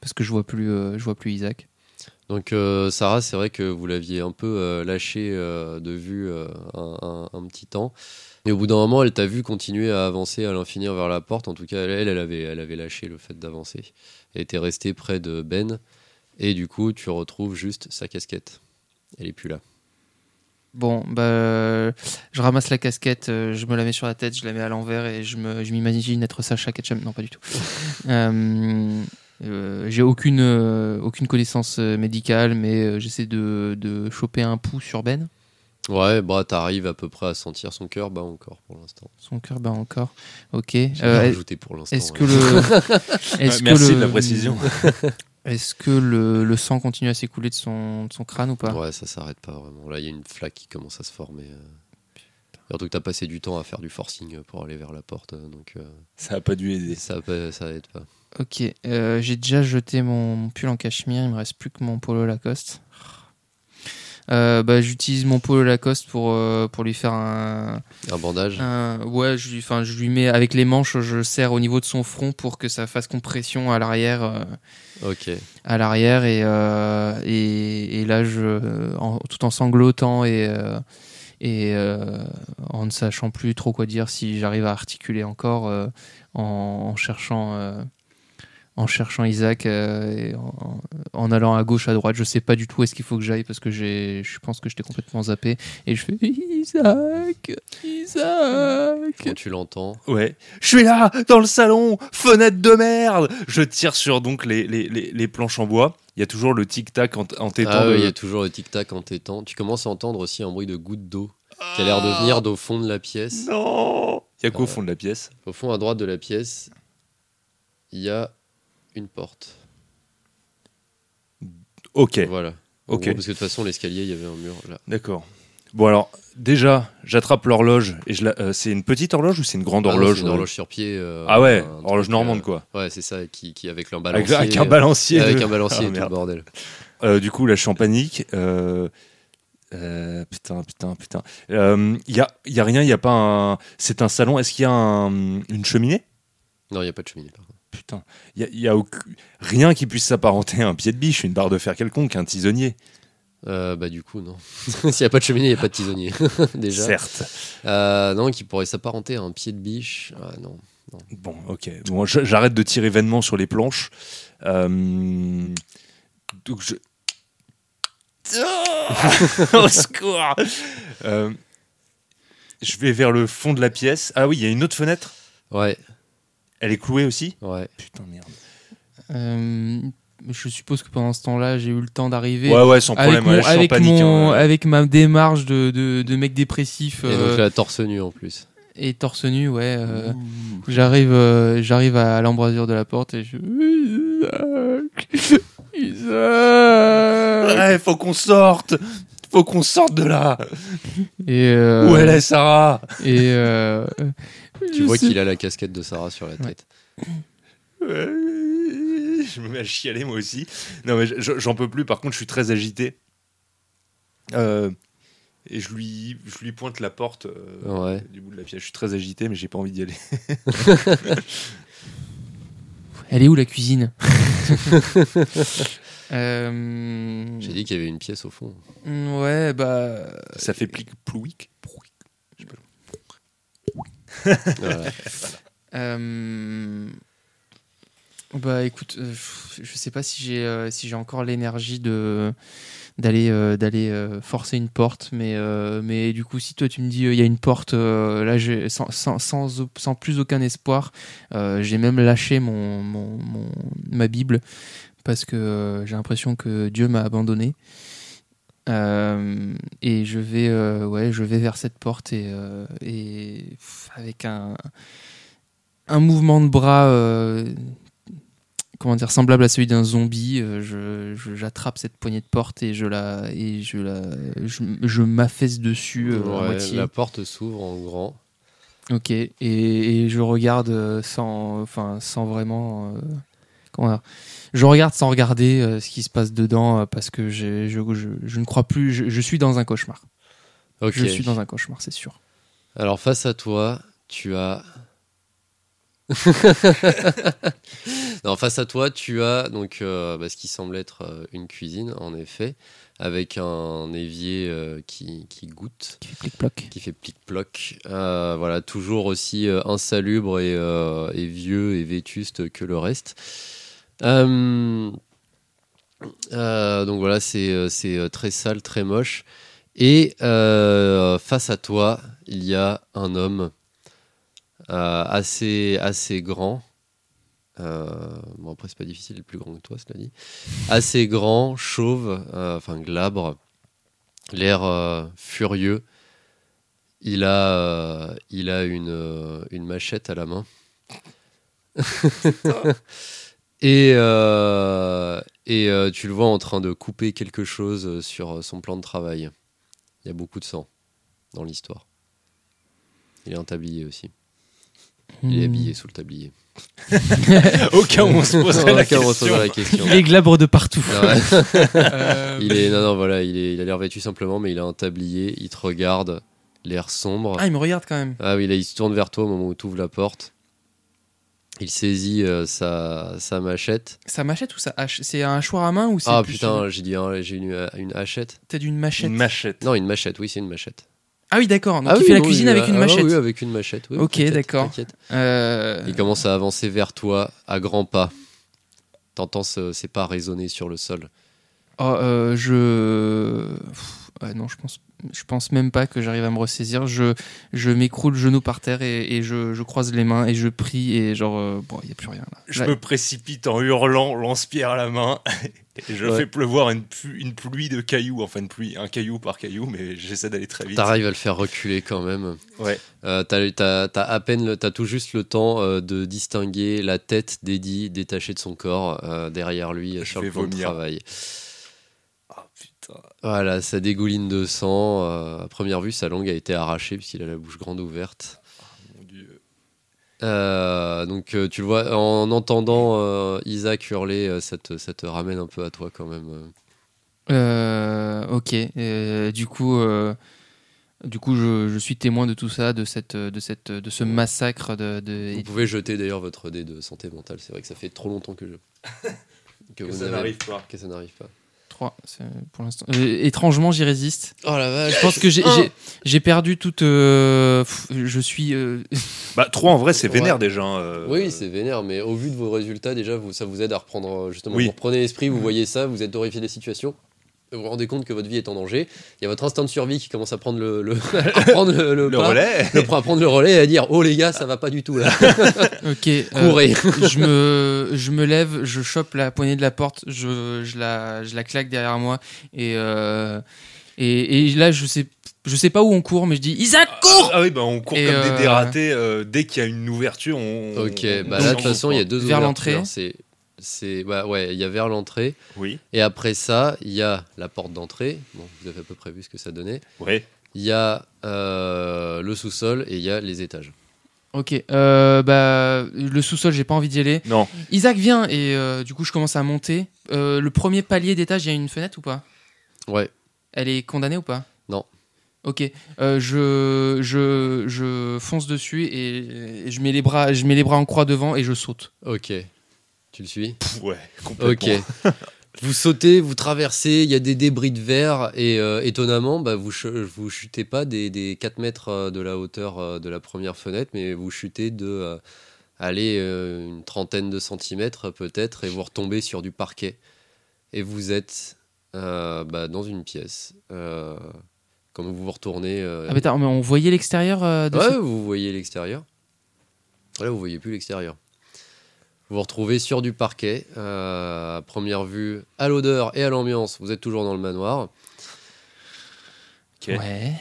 Parce que je vois plus, euh, je vois plus Isaac. Donc, euh, Sarah, c'est vrai que vous l'aviez un peu euh, lâché euh, de vue euh, un, un- un petit temps. Mais au bout d'un moment, elle t'a vu continuer à avancer à l'infini vers la porte. En tout cas, elle, elle avait, elle avait lâché le fait d'avancer. Elle était restée près de Ben. Et du coup, tu retrouves juste sa casquette. Elle est plus là. Bon, bah, euh, je ramasse la casquette, euh, je me la mets sur la tête, je la mets à l'envers et je me- je m'imagine être Sacha Ketchum. Non, pas du tout. Euh, euh, J'ai aucune, euh, aucune connaissance euh, médicale, mais euh, j'essaie de, de choper un pouls sur Ben. Ouais, bah, t'arrives à peu près à sentir son cœur bas encore pour l'instant. Son cœur bat encore. Ok. J'ai Euh, rien est- ajouté pour l'instant. Euh, Est-ce ouais. que le. est-ce Ouais, que merci le- de la précision Est-ce que le, le sang continue à s'écouler de son, de son crâne ou pas Ouais, ça s'arrête pas vraiment. Là, il y a une flaque qui commence à se former. euh. Surtout que t'as passé du temps à faire du forcing euh, pour aller vers la porte, euh, donc euh, ça a pas dû aider ça, peut- ça aide pas. Ok, euh, j'ai déjà jeté mon, mon pull en cachemire, il me reste plus que mon polo Lacoste. Euh, bah, j'utilise mon polo Lacoste pour, euh, pour lui faire un, Un bandage un- ouais je lui, enfin, je lui mets avec les manches je serre au niveau de son front pour que ça fasse compression à l'arrière euh, Ok. à l'arrière et, euh, et, et là je en- tout en sanglotant et euh, et euh, en ne sachant plus trop quoi dire si j'arrive à articuler encore euh, en, en cherchant euh, en cherchant Isaac euh, et en, en allant à gauche à droite je sais pas du tout où est-ce qu'il faut que j'aille parce que j'ai je pense que j'étais complètement zappé et je fais Isaac Isaac Quand tu l'entends, Ouais. Je suis là, dans le salon, fenêtre de merde Je tire sur donc les, les, les, les planches en bois. Il y a toujours le tic-tac en, en tétant. Ah de- ouais, il y a toujours le tic-tac en t'étant. Tu commences à entendre aussi un bruit de goutte d'eau qui a l'air Ah. de venir d'au fond de la pièce. Non Il y a quoi au Ah. fond de la pièce Au fond, à droite de la pièce, il y a une porte. Ok. Voilà. En Ok. gros, parce que de toute façon, l'escalier, il y avait un mur là. D'accord. Bon alors, déjà, j'attrape l'horloge et je la- euh, c'est une petite horloge ou c'est une grande Ah non, horloge c'est une euh horloge sur pied. euh, Ah ouais, un horloge truc, normande quoi. euh, ouais, c'est ça, qui, qui avec un Avec, balancier. euh, avec un balancier. avec de- un balancier Ah, et tout le merde. bordel. Euh, du coup, là, je suis en panique. Euh, euh, putain, putain, putain. Il y, a, y a rien, il y a pas un. C'est un salon. Est-ce qu'il y a un- une cheminée Non, il n'y a pas de cheminée, par contre. Putain, il y a, y a aucu- rien qui puisse s'apparenter à un pied de biche, une barre de fer quelconque, un tisonnier. Euh, bah, du coup, non. S'il n'y a pas de cheminée, il n'y a pas de tisonnier. Déjà. Certes. Euh, non, qui pourrait s'apparenter à un pied de biche. Ah non. Bon, ok. Bon, je- j'arrête de tirer vainement sur les planches. Euh, donc je. Oh Au secours Euh, Je vais vers le fond de la pièce. Ah oui, il y a une autre fenêtre. Ouais, Elle est clouée aussi ouais. Putain, merde. Euh, je suppose que pendant ce temps-là, j'ai eu le temps d'arriver. Ouais, ouais, sans Avec, problème. ouais, mon- je suis en avec, panique, mon- hein. avec ma démarche de, de- de mec dépressif Et donc euh, là, torse nu en plus. et torse nu, ouais, euh, j'arrive, euh, j'arrive à l'embrasure de la porte et je. Isaac Isaac Ouais, faut qu'on sorte Faut qu'on sorte de là Et, euh, Où elle est, Sarah et euh, je Tu vois sais- qu'il a la casquette de Sarah sur la Ouais. tête. Je me mets à chialer, moi aussi. Non, mais je- j'en peux plus. Par contre, je suis très agité. Euh, et je lui, je lui pointe la porte euh, Ouais. du bout de la pièce. Je suis très agité, mais j'ai pas envie d'y aller. Elle est où la cuisine Euh, J'ai dit qu'il y avait une pièce au fond. Ouais, bah. Ça fait plic plouic. prouic. Voilà. euh, Bah écoute, euh, pff, je sais pas si j'ai euh, si j'ai encore l'énergie de d'aller euh, d'aller euh, forcer une porte, mais euh, mais du coup si toi tu me dis euh, il y a une porte, euh, là j'ai sans, sans, sans au- sans plus aucun espoir, euh, j'ai même lâché mon, mon, mon- ma Bible parce que euh, j'ai l'impression que Dieu m'a abandonné. Euh, et je vais, euh, ouais, je vais vers cette porte et, euh, et pff, avec un, un mouvement de bras, euh, comment dire, semblable à celui d'un zombie, euh, je- je- j'attrape cette poignée de porte et je la, et je la, je, je m'affaisse dessus euh, à Ouais, moitié. la porte s'ouvre en grand. Ok, et, et je regarde euh, sans, enfin, sans vraiment. euh, comment dire Je regarde sans regarder euh, ce qui se passe dedans euh, parce que j'ai- je, je, je ne crois plus. Je, je suis dans un cauchemar. Ok. Je suis dans un cauchemar, c'est sûr. Alors face à toi, tu as. non, face à toi, tu as donc euh, bah, ce qui semble être euh, une cuisine, en effet, avec un évier euh, qui, qui goutte, Qui fait plic-ploc. qui fait plic-ploc. Euh, voilà, toujours aussi euh, insalubre et, euh, et vieux et vétuste que le reste. Euh, euh, donc voilà, c'est euh, c'est, euh, très sale, très moche. Et euh, face à toi, il y a un homme euh, assez, assez grand. Euh, bon, après, c'est pas difficile, il est plus grand que toi, cela dit. Assez grand, chauve, euh, enfin glabre, l'air euh, furieux. Il a, euh, il a une, euh, une machette à la main. et euh, et euh, tu le vois en train de couper quelque chose euh, sur son plan de travail. Il y a beaucoup de sang dans l'histoire. Il est un tablier aussi. Hmm. Il est habillé sous le tablier. Au cas où on se poserait la Aucun retour question. à la question. Il est glabre de partout. Non, ouais. Euh, il est non non voilà il est il a l'air vêtu simplement mais il a un tablier il te regarde l'air sombre Ah, il me regarde quand même. ah oui là il se tourne vers toi au moment où tu ouvres la porte il saisit euh, sa, sa machette Ça machette ou ça hache C'est un hachoir à main ou c'est ah plus- putain j'ai dit hein, j'ai une, une hachette T'as dit une machette. Une machette. non une machette oui c'est une machette Ah oui, d'accord. Donc ah il oui, fait la non, cuisine il- avec une ah machette. oui avec une machette oui, Ok, t'inquiète, d'accord. t'inquiète. Euh, il commence à avancer vers toi à grands pas t'entends ce- ses pas résonner sur le sol Oh, euh, je. Pff, ouais, non, je pense, je pense même pas que j'arrive à me ressaisir. Je, je m'écroule genou par terre et, et je, je croise les mains et je prie et genre, euh, bon, il n'y a plus rien là. Je Là, me précipite en hurlant, lance-pierre à la main, et je Ouais. fais pleuvoir une, pu- une pluie de cailloux, enfin une pluie, un caillou par caillou, mais j'essaie d'aller très vite. T'arrives à le faire reculer quand même. Ouais. Euh, t'as, t'as- t'as à peine, le- t'as tout juste le temps euh, de distinguer la tête d'Eddie détachée de son corps euh, derrière lui euh, Je sur vais le plan de vomir. travail. Oh, putain. putain. Voilà, ça dégouline de sang. euh, à première vue, sa langue a été arrachée puisqu'il a la bouche grande ouverte. Mon Dieu. Euh, donc euh, tu le vois, en entendant euh, Isaac hurler, euh, ça, te, ça te ramène un peu à toi quand même. euh. Euh, ok. Euh, du coup, euh, du coup, je, je suis témoin de tout ça, de cette, de cette, de ce massacre de. de- Vous pouvez jeter d'ailleurs votre dé de santé mentale, c'est vrai que ça fait trop longtemps que je... que, Que vous ça n'avez- n'arrive pas. que ça n'arrive pas. Trois, c'est- pour l'instant. Euh, étrangement, j'y résiste. Oh la vache Je pense que j'ai- Un. j'ai- j'ai perdu toute. euh, pff, je suis. euh, Bah, 3 en vrai, c'est vénère Ouais. déjà. hein, euh, Oui, c'est vénère, mais au vu de vos résultats, déjà, vous, ça vous aide à reprendre. euh, Justement, Oui. vous reprenez l'esprit, vous voyez ça, vous êtes horrifié des situations, vous vous rendez compte que votre vie est en danger. Il y a votre instinct de survie qui commence à prendre le, le- à prendre le, le le pas, relais. le- à prendre le relais et à dire Oh les gars, ça va pas du tout là, ok. euh, courez je me, je me lève, je chope la poignée de la porte, je, je la, je la claque derrière moi et, euh, et, et là je sais, je sais pas où on court, mais je dis Isaac cours Ah oui, bah, on court Et, comme euh, des dératés. euh, dès qu'il y a une ouverture, on. Ok, on- bah là, de on s'en toute façon, il y a fout, deux Vers ouvertures, l'entrée. C'est. C'est, bah ouais, il y a vers l'entrée, quoi. Oui. et après ça, il y a la porte d'entrée. Bon, vous avez à peu près vu ce que ça donnait. Ouais. Il y a euh, le sous-sol et il y a les étages. Ok, euh, bah le sous-sol, j'ai pas envie d'y aller. Non. Isaac vient et euh, du coup je commence à monter. Euh, le premier palier d'étage, il y a une fenêtre ou pas Ouais, Elle est condamnée ou pas Non. Ok, euh, je, je, je fonce dessus et, et je mets les bras, je mets les bras en croix devant et je saute. ok. Tu le suis Pff, ouais, Ok. complètement. vous sautez, vous traversez, il y a des débris de verre et euh, étonnamment, bah, vous ch- vous chutez pas des, des 4 mètres euh, de la hauteur euh, de la première fenêtre, mais vous chutez de euh, allez, euh, une trentaine de centimètres euh, peut-être et vous retombez sur du parquet. Et vous êtes euh, bah, dans une pièce. Euh, comme vous vous retournez, euh, Ah mais attends, mais on voyait l'extérieur euh, de Ouais, ce- vous voyez l'extérieur. Là, vous voyez plus l'extérieur. Vous vous retrouvez sur du parquet. euh, à première vue, à l'odeur et à l'ambiance, vous êtes toujours dans le manoir. Ok. Ouais.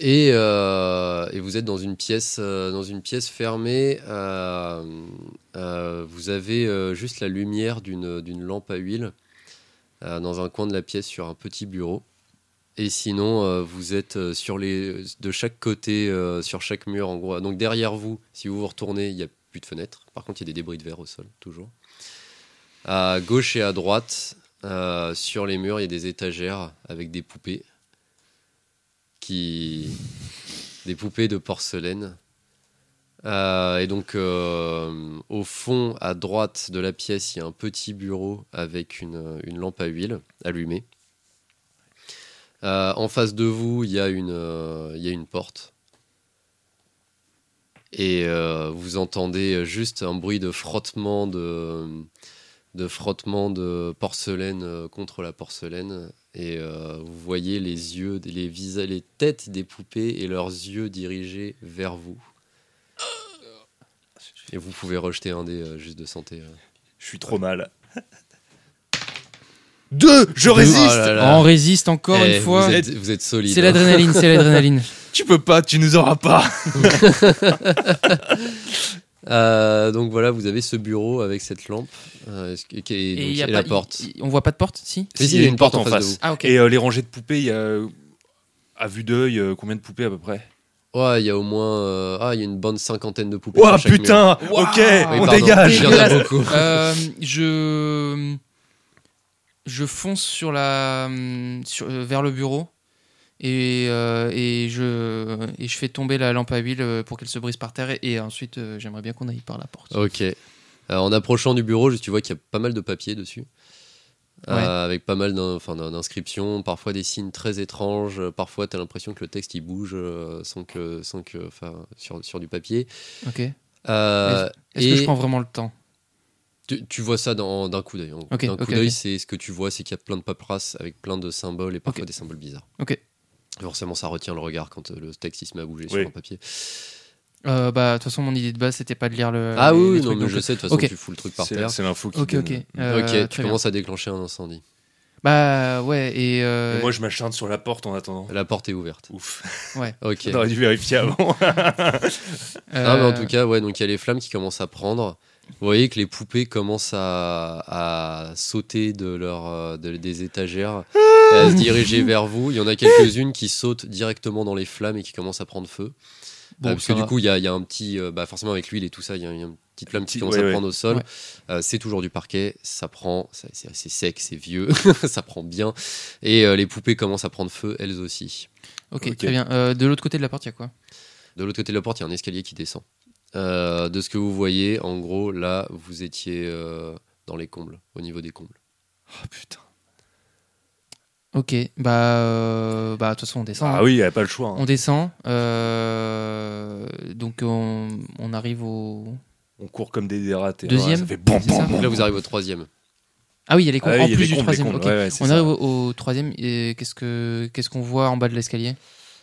Et, euh, et vous êtes dans une pièce, euh, dans une pièce fermée. euh, euh, vous avez euh, juste la lumière d'une d'une lampe à huile euh, dans un coin de la pièce sur un petit bureau. Et sinon, euh, vous êtes euh, sur les, de chaque côté, euh, sur chaque mur, en gros. Donc derrière vous, si vous vous retournez, il n'y a plus de fenêtre. Par contre, il y a des débris de verre au sol, toujours. À gauche et à droite, euh, sur les murs, il y a des étagères avec des poupées qui des poupées de porcelaine. Euh, et donc, euh, au fond, à droite de la pièce, il y a un petit bureau avec une, une lampe à huile allumée. Euh, en face de vous, il y a une, euh, il y a une porte. Et euh, vous entendez juste un bruit de frottement de, de frottement de porcelaine euh, contre la porcelaine et euh, vous voyez les yeux, les visages, les têtes des poupées et leurs yeux dirigés vers vous. Et vous pouvez rejeter un dé euh, juste de santé. euh. Je suis trop mal. Deux, je résiste. Oh là là. On résiste encore Eh, une fois. Vous êtes, vous êtes solide. C'est hein. l'adrénaline, c'est l'adrénaline. Tu peux pas, tu nous auras pas. Euh, donc voilà, vous avez ce bureau avec cette lampe euh, ce qui- qui est- donc, il y a et la pas- porte. il- il- on voit pas de porte, si Mais si, il y a une porte en face. de Ah ok. Et euh, les rangées de poupées, il y a euh, à vue d'œil euh, combien de poupées à peu près vous. Ouais, il y a au moins euh, ah, il y a une bonne cinquantaine de poupées. Oh sur chaque mur. putain Ouah. Ok, Oui, on pardon. dégage. Il y en a beaucoup. Euh, je je fonce sur la sur- euh, vers le bureau et, euh, et je et je fais tomber la lampe à huile euh, pour qu'elle se brise par terre et, et ensuite euh, j'aimerais bien qu'on aille par la porte. Ok. Euh, en approchant du bureau, juste, tu vois qu'il y a pas mal de papier dessus. Euh, Ouais. avec pas mal d'in- enfin, d'in- d'inscriptions, parfois des signes très étranges, euh, parfois tu as l'impression que le texte il bouge euh, sans que, sans que, enfin, sur, sur du papier. Ok. Est-ce Euh, que je et prends vraiment le temps tu, tu vois ça dans- d'un coup d'œil. en gros. Ok, d'un ok, coup d'œil, ok. c'est ce que tu vois, c'est qu'il y a plein de paperasses avec plein de symboles et parfois Ok. des symboles bizarres. Ok. Forcément, ça retient le regard quand euh, le texte il se met à bouger Oui. sur un papier. Euh, Bah de toute façon mon idée de base c'était pas de lire le. ah Euh, les- oui, les non, trucs, mais donc, je sais, de toute façon, ok. Euh, tu fous le truc par C'est- terre. C'est l'info qui Ok donne. ok. ok, tu commences à déclencher un incendie. Bah ouais et. euh, Et Moi, je m'acharne sur la porte en attendant. La porte est ouverte. Ouf. Ok. On aurait dû vérifier avant. Ah, mais euh, bah, en tout cas, ouais, donc il y a les flammes qui commencent à prendre. Vous voyez que les poupées commencent à, à sauter de leur, euh, de- des étagères et Ah. à se diriger vers vous. Il y en a quelques-unes qui sautent directement dans les flammes et qui commencent à prendre feu. Bon, Euh, parce ça que du va. coup, il y a, il y a un petit. euh, bah, forcément, avec l'huile et tout ça, il y, a il y a une petite flamme qui Petit- commence ouais, à ouais. prendre au sol. Ouais. Euh, c'est toujours du parquet. Ça prend. ça- C'est c'est sec, c'est vieux. ça prend bien. Et euh, les poupées commencent à prendre feu, elles aussi. Ok, Ok. très bien. Euh, de l'autre côté de la porte, il y a quoi De l'autre côté de la porte, il y a un escalier qui descend. Euh, de ce que vous voyez, en gros, là, vous étiez euh, dans les combles, au niveau des combles. Oh putain. Ok, bah, euh, bah, de toute façon, on descend. hein. Ah oui, il n'y avait pas le choix. hein. On descend. euh, donc, on, on arrive au. On court comme des dératés. Deuxième ça fait bon, C'est ça bon, bon. Donc là, vous arrivez au troisième. Ah oui, il y a les cons. Ah oui, en il y a plus des du comptes, des troisième. comptes. ok. Ouais, ouais, c'est on ça. arrive au, au troisième. Et qu'est-ce que qu'est-ce qu'on voit en bas de l'escalier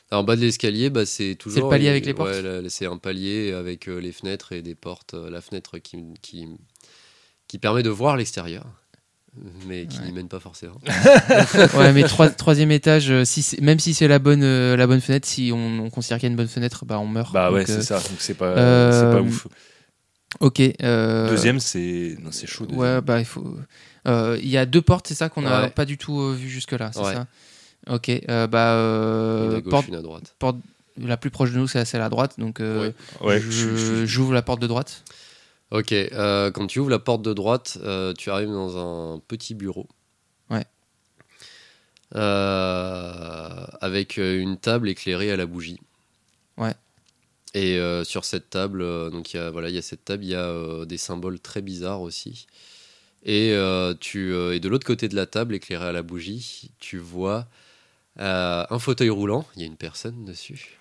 Alors, en bas de l'escalier, bah, c'est toujours. C'est le palier avec les portes Ouais, là, c'est un palier avec euh, les fenêtres et des portes. euh, la fenêtre qui, qui, qui permet de voir l'extérieur, mais qui Ouais. n'y mène pas forcément. Ouais, mais trois- troisième étage. euh, Si c'est- même si c'est la bonne euh, la bonne fenêtre, si on, on considère qu'il y a une bonne fenêtre, bah on meurt. Bah ouais, Donc, c'est euh, ça. Donc c'est pas, euh, c'est pas ouf. Ok. euh, Deuxième, c'est. Non, c'est chaud. deuxième. Ouais, bah il faut. euh, Il y a deux portes, c'est ça qu'on n'a Ouais. pas du tout euh, vu jusque-là, c'est Ouais. ça Ok, euh, bah. euh, une à gauche, porte, une à droite. porte la plus proche de nous, c'est celle à droite, donc euh, Ouais, je je- suis- je suis- j'ouvre la porte de droite. Ok, euh, quand tu ouvres la porte de droite, euh, tu arrives dans un petit bureau. Ouais. Euh, avec euh, une table éclairée à la bougie. Ouais. Et euh, sur cette table, euh, donc il y a voilà, il y a cette table, il y a euh, des symboles très bizarres aussi. Et euh, tu euh, et de l'autre côté de la table éclairée à la bougie, tu vois euh, un fauteuil roulant. Il y a une personne dessus.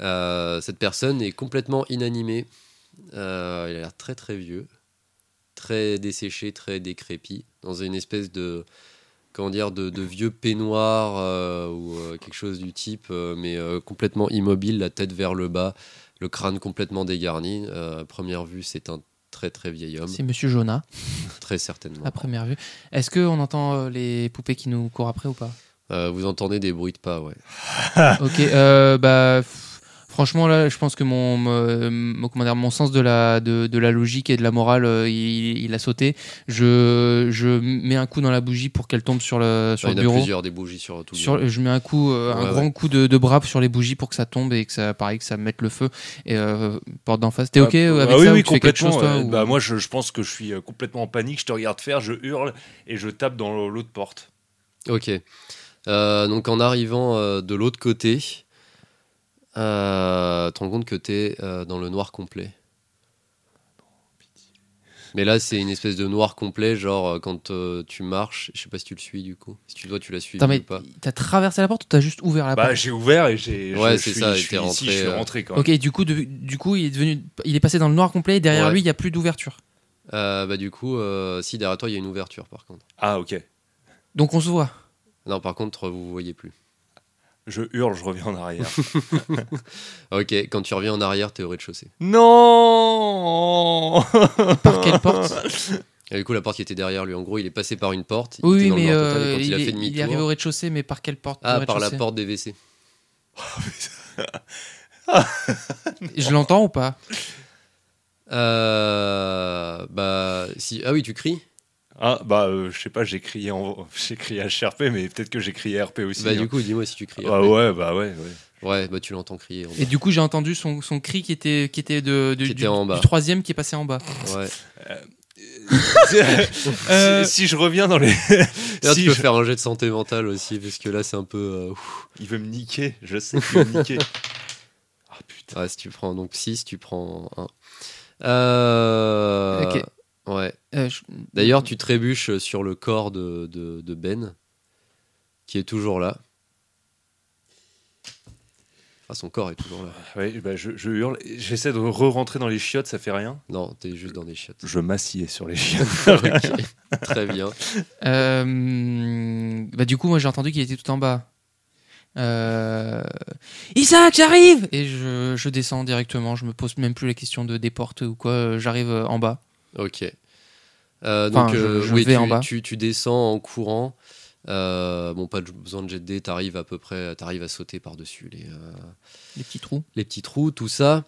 Euh, cette personne est complètement inanimée. Euh, il a l'air très très vieux, très desséché, très décrépit, dans une espèce de comment dire de, de vieux peignoir euh, ou euh, quelque chose du type, euh, mais euh, complètement immobile, la tête vers le bas, le crâne complètement dégarni. Euh, à première vue, c'est un très très vieil homme, C'est Monsieur Jonah, très certainement. à première vue. Est-ce qu'on entend euh, les poupées qui nous courent après ou pas Euh, vous entendez des bruits de pas, ouais. Ok, euh, bah. f- Franchement, là, je pense que mon, me- mon- comment dire, mon sens de la, de, de la logique et de la morale, euh, il, il a sauté. Je, je mets un coup dans la bougie pour qu'elle tombe sur le, sur Enfin, il le y en a bureau. plusieurs des bougies sur tout. le Sur- bureau. je mets un coup, euh, un Ouais, grand coup de, de bras sur les bougies pour que ça tombe et que ça, pareil, que ça mette le feu. Et euh, porte d'en face. T'es ok euh, Ah, avec ah oui, ça oui, ou tu fais quelque complètement. chose, toi, euh, ou- Bah, moi, je, je pense que je suis euh, complètement en panique. Je te regarde faire, je hurle et je tape dans l'autre porte. Ok. Euh, donc en arrivant euh, de l'autre côté, euh, tu te rends compte que tu es dans le noir complet. Mais là, c'est une espèce de noir complet, genre euh, quand euh, tu marches, je sais pas si tu le suis du coup. Si tu dois, tu l'as suivi Attends, mais ou pas. t'as traversé la porte ou t'as juste ouvert la Bah, porte j'ai ouvert et j'ai. je- Ouais, je c'est suis- ça, Je et suis t'es ici, rentré, je suis euh, rentré quand même. Ok, du coup, de- du coup, il est devenu, il est passé dans le noir complet. Et derrière Ouais. lui, il y a plus d'ouverture. Euh, bah, du coup, euh, si derrière toi, il y a une ouverture par contre. Ah, ok. Donc on se voit. Non, par contre, vous voyez plus. Je hurle, je reviens en arrière. Ok, quand tu reviens en arrière, t'es au rez-de-chaussée. non Par quelle porte Et du coup, la porte qui était derrière lui, en gros, il est passé par une porte. il Oui, était oui, dans le mais noir total, euh, et quand il, il, a fait est, il est arrivé au demi-tour. rez-de-chaussée, mais par quelle porte Ah, au par la rez-de-chaussée porte des WC. Je l'entends ou pas Euh, bah si ah oui tu cries Ah, bah, euh, je sais pas, j'ai crié, en... j'ai crié HRP, mais peut-être que j'ai crié RP aussi. bah hein. du coup dis-moi si tu cries Ah après. ouais, bah ouais, ouais. ouais bah tu l'entends crier en Et du coup, j'ai entendu son, son cri qui était, qui était, de, de- Qui du, était en bas. du troisième qui est passé en bas. bas. ouais Euh, si, si je reviens dans les. Là, si tu peux je- faire un jet de santé mentale aussi parce que là c'est un peu euh, ouf. Il veut me niquer, je sais qu'il veut me niquer. Ah putain. ouais, si tu prends donc 6 tu prends 1 Ok. ouais Euh, je- d'ailleurs tu trébuches sur le corps de, de, de Ben qui est toujours là Enfin, son corps est toujours là. Ouais, bah, je, je hurle, j'essaie de re-rentrer dans les chiottes, ça fait rien. Non, t'es juste dans des chiottes. Je m'assieds sur les chiottes. Ok, Très bien. Euh, bah, du coup, moi j'ai entendu qu'il était tout en bas. Euh, Isaac, j'arrive Et je, je descends directement, je me pose même plus la question de des portes ou quoi, euh, j'arrive euh, en bas. Ok. Euh, Enfin, donc, je- euh, je oui, vais tu, en bas. Tu, tu descends en courant. Euh, bon, pas de- besoin de jet de dés, t'arrives à peu près, t'arrives à sauter par-dessus les, euh, les petits trous. les petits trous, tout ça.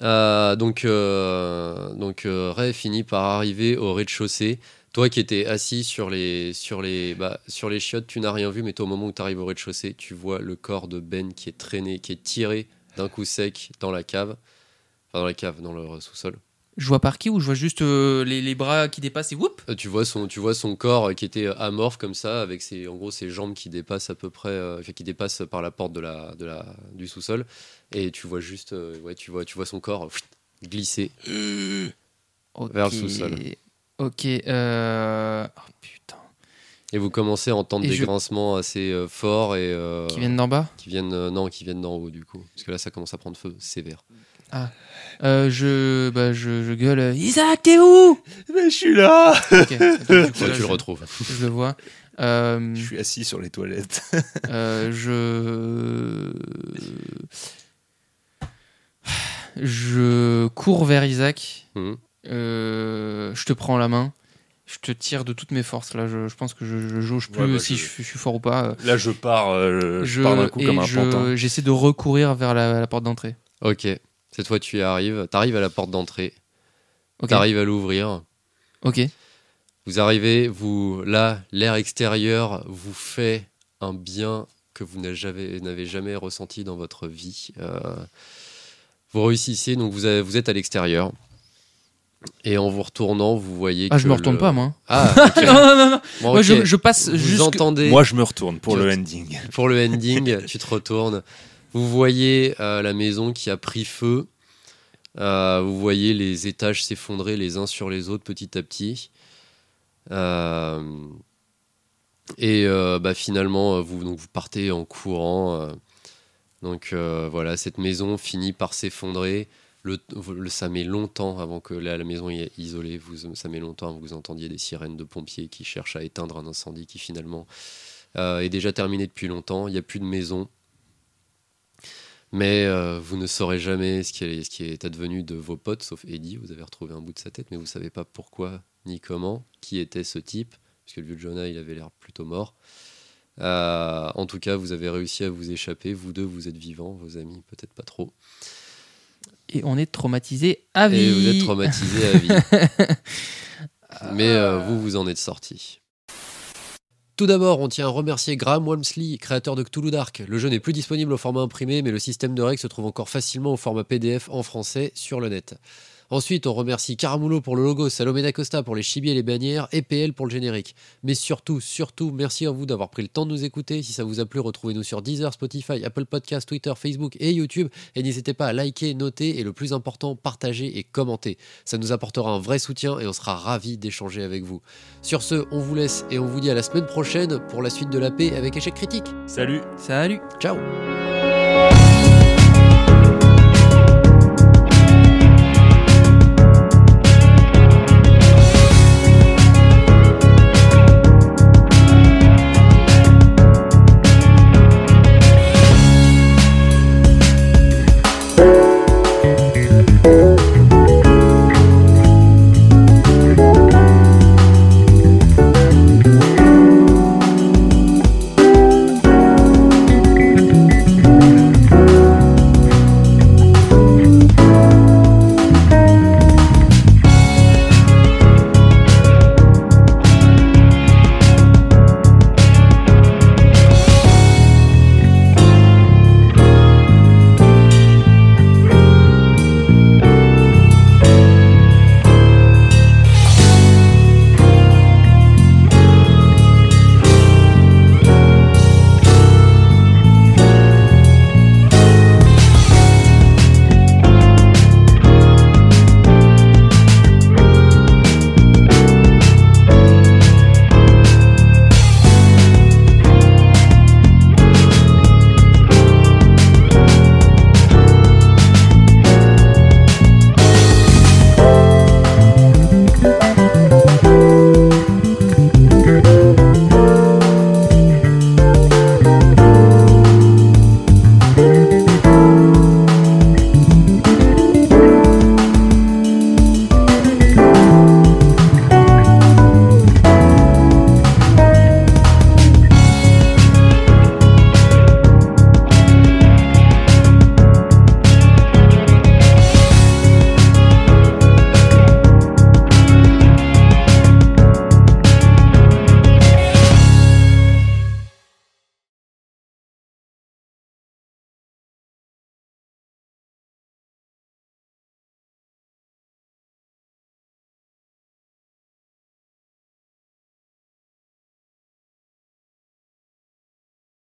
Euh, donc, euh, donc euh, Ray finit par arriver au rez-de-chaussée. Toi qui étais assis sur les, sur les, bah, sur les chiottes, tu n'as rien vu, mais toi, au moment où tu arrives au rez-de-chaussée, tu vois le corps de Ben qui est traîné, qui est tiré d'un coup sec dans la cave. Enfin, dans la cave, dans le sous-sol. Je vois par qui ou je vois juste euh, les, les bras qui dépassent et whoop Euh, Tu vois son, tu vois son corps euh, qui était euh, amorphe comme ça, avec ses, en gros ses jambes qui dépassent à peu près, euh, enfin, qui dépassent par la porte de la, de la, du sous-sol, et tu vois juste, euh, ouais, tu vois, tu vois son corps euh, pfft, glisser. Vers le Ok. sous-sol. Ok. euh, Oh putain. Et vous commencez à entendre Et des je- grincements assez euh, forts et euh, Qui viennent d'en bas qui viennent, euh, non, qui viennent d'en haut du coup, parce que là ça commence à prendre feu sévère. Euh, je, bah, je, je gueule. euh, Isaac, t'es où Mais je suis là Ok. attends, du coup, Là, là, tu je, le retrouves. je le vois. Euh, Je suis assis sur les toilettes. euh, je. Je cours vers Isaac. Mhm. Euh, je te prends la main. Je te tire de toutes mes forces. Là, je, je pense que je, je jauge plus Ouais, bah, si je- je... suis- je suis fort ou pas. Là, je pars, euh, je, pars d'un coup et comme un je- pantin. J'essaie de recourir vers la, la porte d'entrée. Ok, cette fois tu y arrives, t'arrives à la porte d'entrée, Ok. t'arrives à l'ouvrir. Ok. Vous arrivez, vous là, l'air extérieur vous fait un bien que vous n'a- j'avais- n'avez jamais ressenti dans votre vie. Euh, vous réussissez, donc vous, avez- vous êtes à l'extérieur. Et en vous retournant, vous voyez Ah, que je me retourne le- pas, moi. Ah, non, non, non, non. bon, Moi, ok. je, je passe Vous juste. entendez Moi, je me retourne pour Je- le ending. pour le ending, tu te retournes. Vous voyez euh, la maison qui a pris feu. Euh, vous voyez les étages s'effondrer les uns sur les autres petit à petit. Euh, et euh, bah, finalement, euh, vous, donc, vous partez en courant. euh. donc euh, voilà, cette maison finit par s'effondrer. Le, le- ça met longtemps avant que là, la maison est isolée. Vous, ça met longtemps avant que vous entendiez des sirènes de pompiers qui cherchent à éteindre un incendie qui finalement euh, est déjà terminé depuis longtemps. Il n'y a plus de maison. Mais euh, vous ne saurez jamais ce qui, est, ce qui est advenu de vos potes, sauf Eddie. Vous avez retrouvé un bout de sa tête, mais vous ne savez pas pourquoi ni comment, qui était ce type, parce que le vieux Jonah, il avait l'air plutôt mort. Euh, en tout cas, vous avez réussi à vous échapper. Vous deux, vous êtes vivants, vos amis, peut-être pas trop. Et on est traumatisé à vie. Et vous êtes traumatisé à vie. Mais euh, vous, vous en êtes sorti. Tout d'abord, on tient à remercier Graham Walmsley, créateur de Cthulhu Dark. Le jeu n'est plus disponible au format imprimé, mais le système de règles se trouve encore facilement au format PDF en français sur le net. Ensuite, on remercie Caramulo pour le logo, Salomé d'Acosta pour les chibis et les bannières, et PL pour le générique. Mais surtout, surtout, merci à vous d'avoir pris le temps de nous écouter. Si ça vous a plu, retrouvez-nous sur Deezer, Spotify, Apple Podcasts, Twitter, Facebook et YouTube. Et n'hésitez pas à liker, noter et le plus important, partager et commenter. Ça nous apportera un vrai soutien et on sera ravis d'échanger avec vous. Sur ce, on vous laisse et on vous dit à la semaine prochaine pour la suite de la paix avec échec critique. Salut Salut. Ciao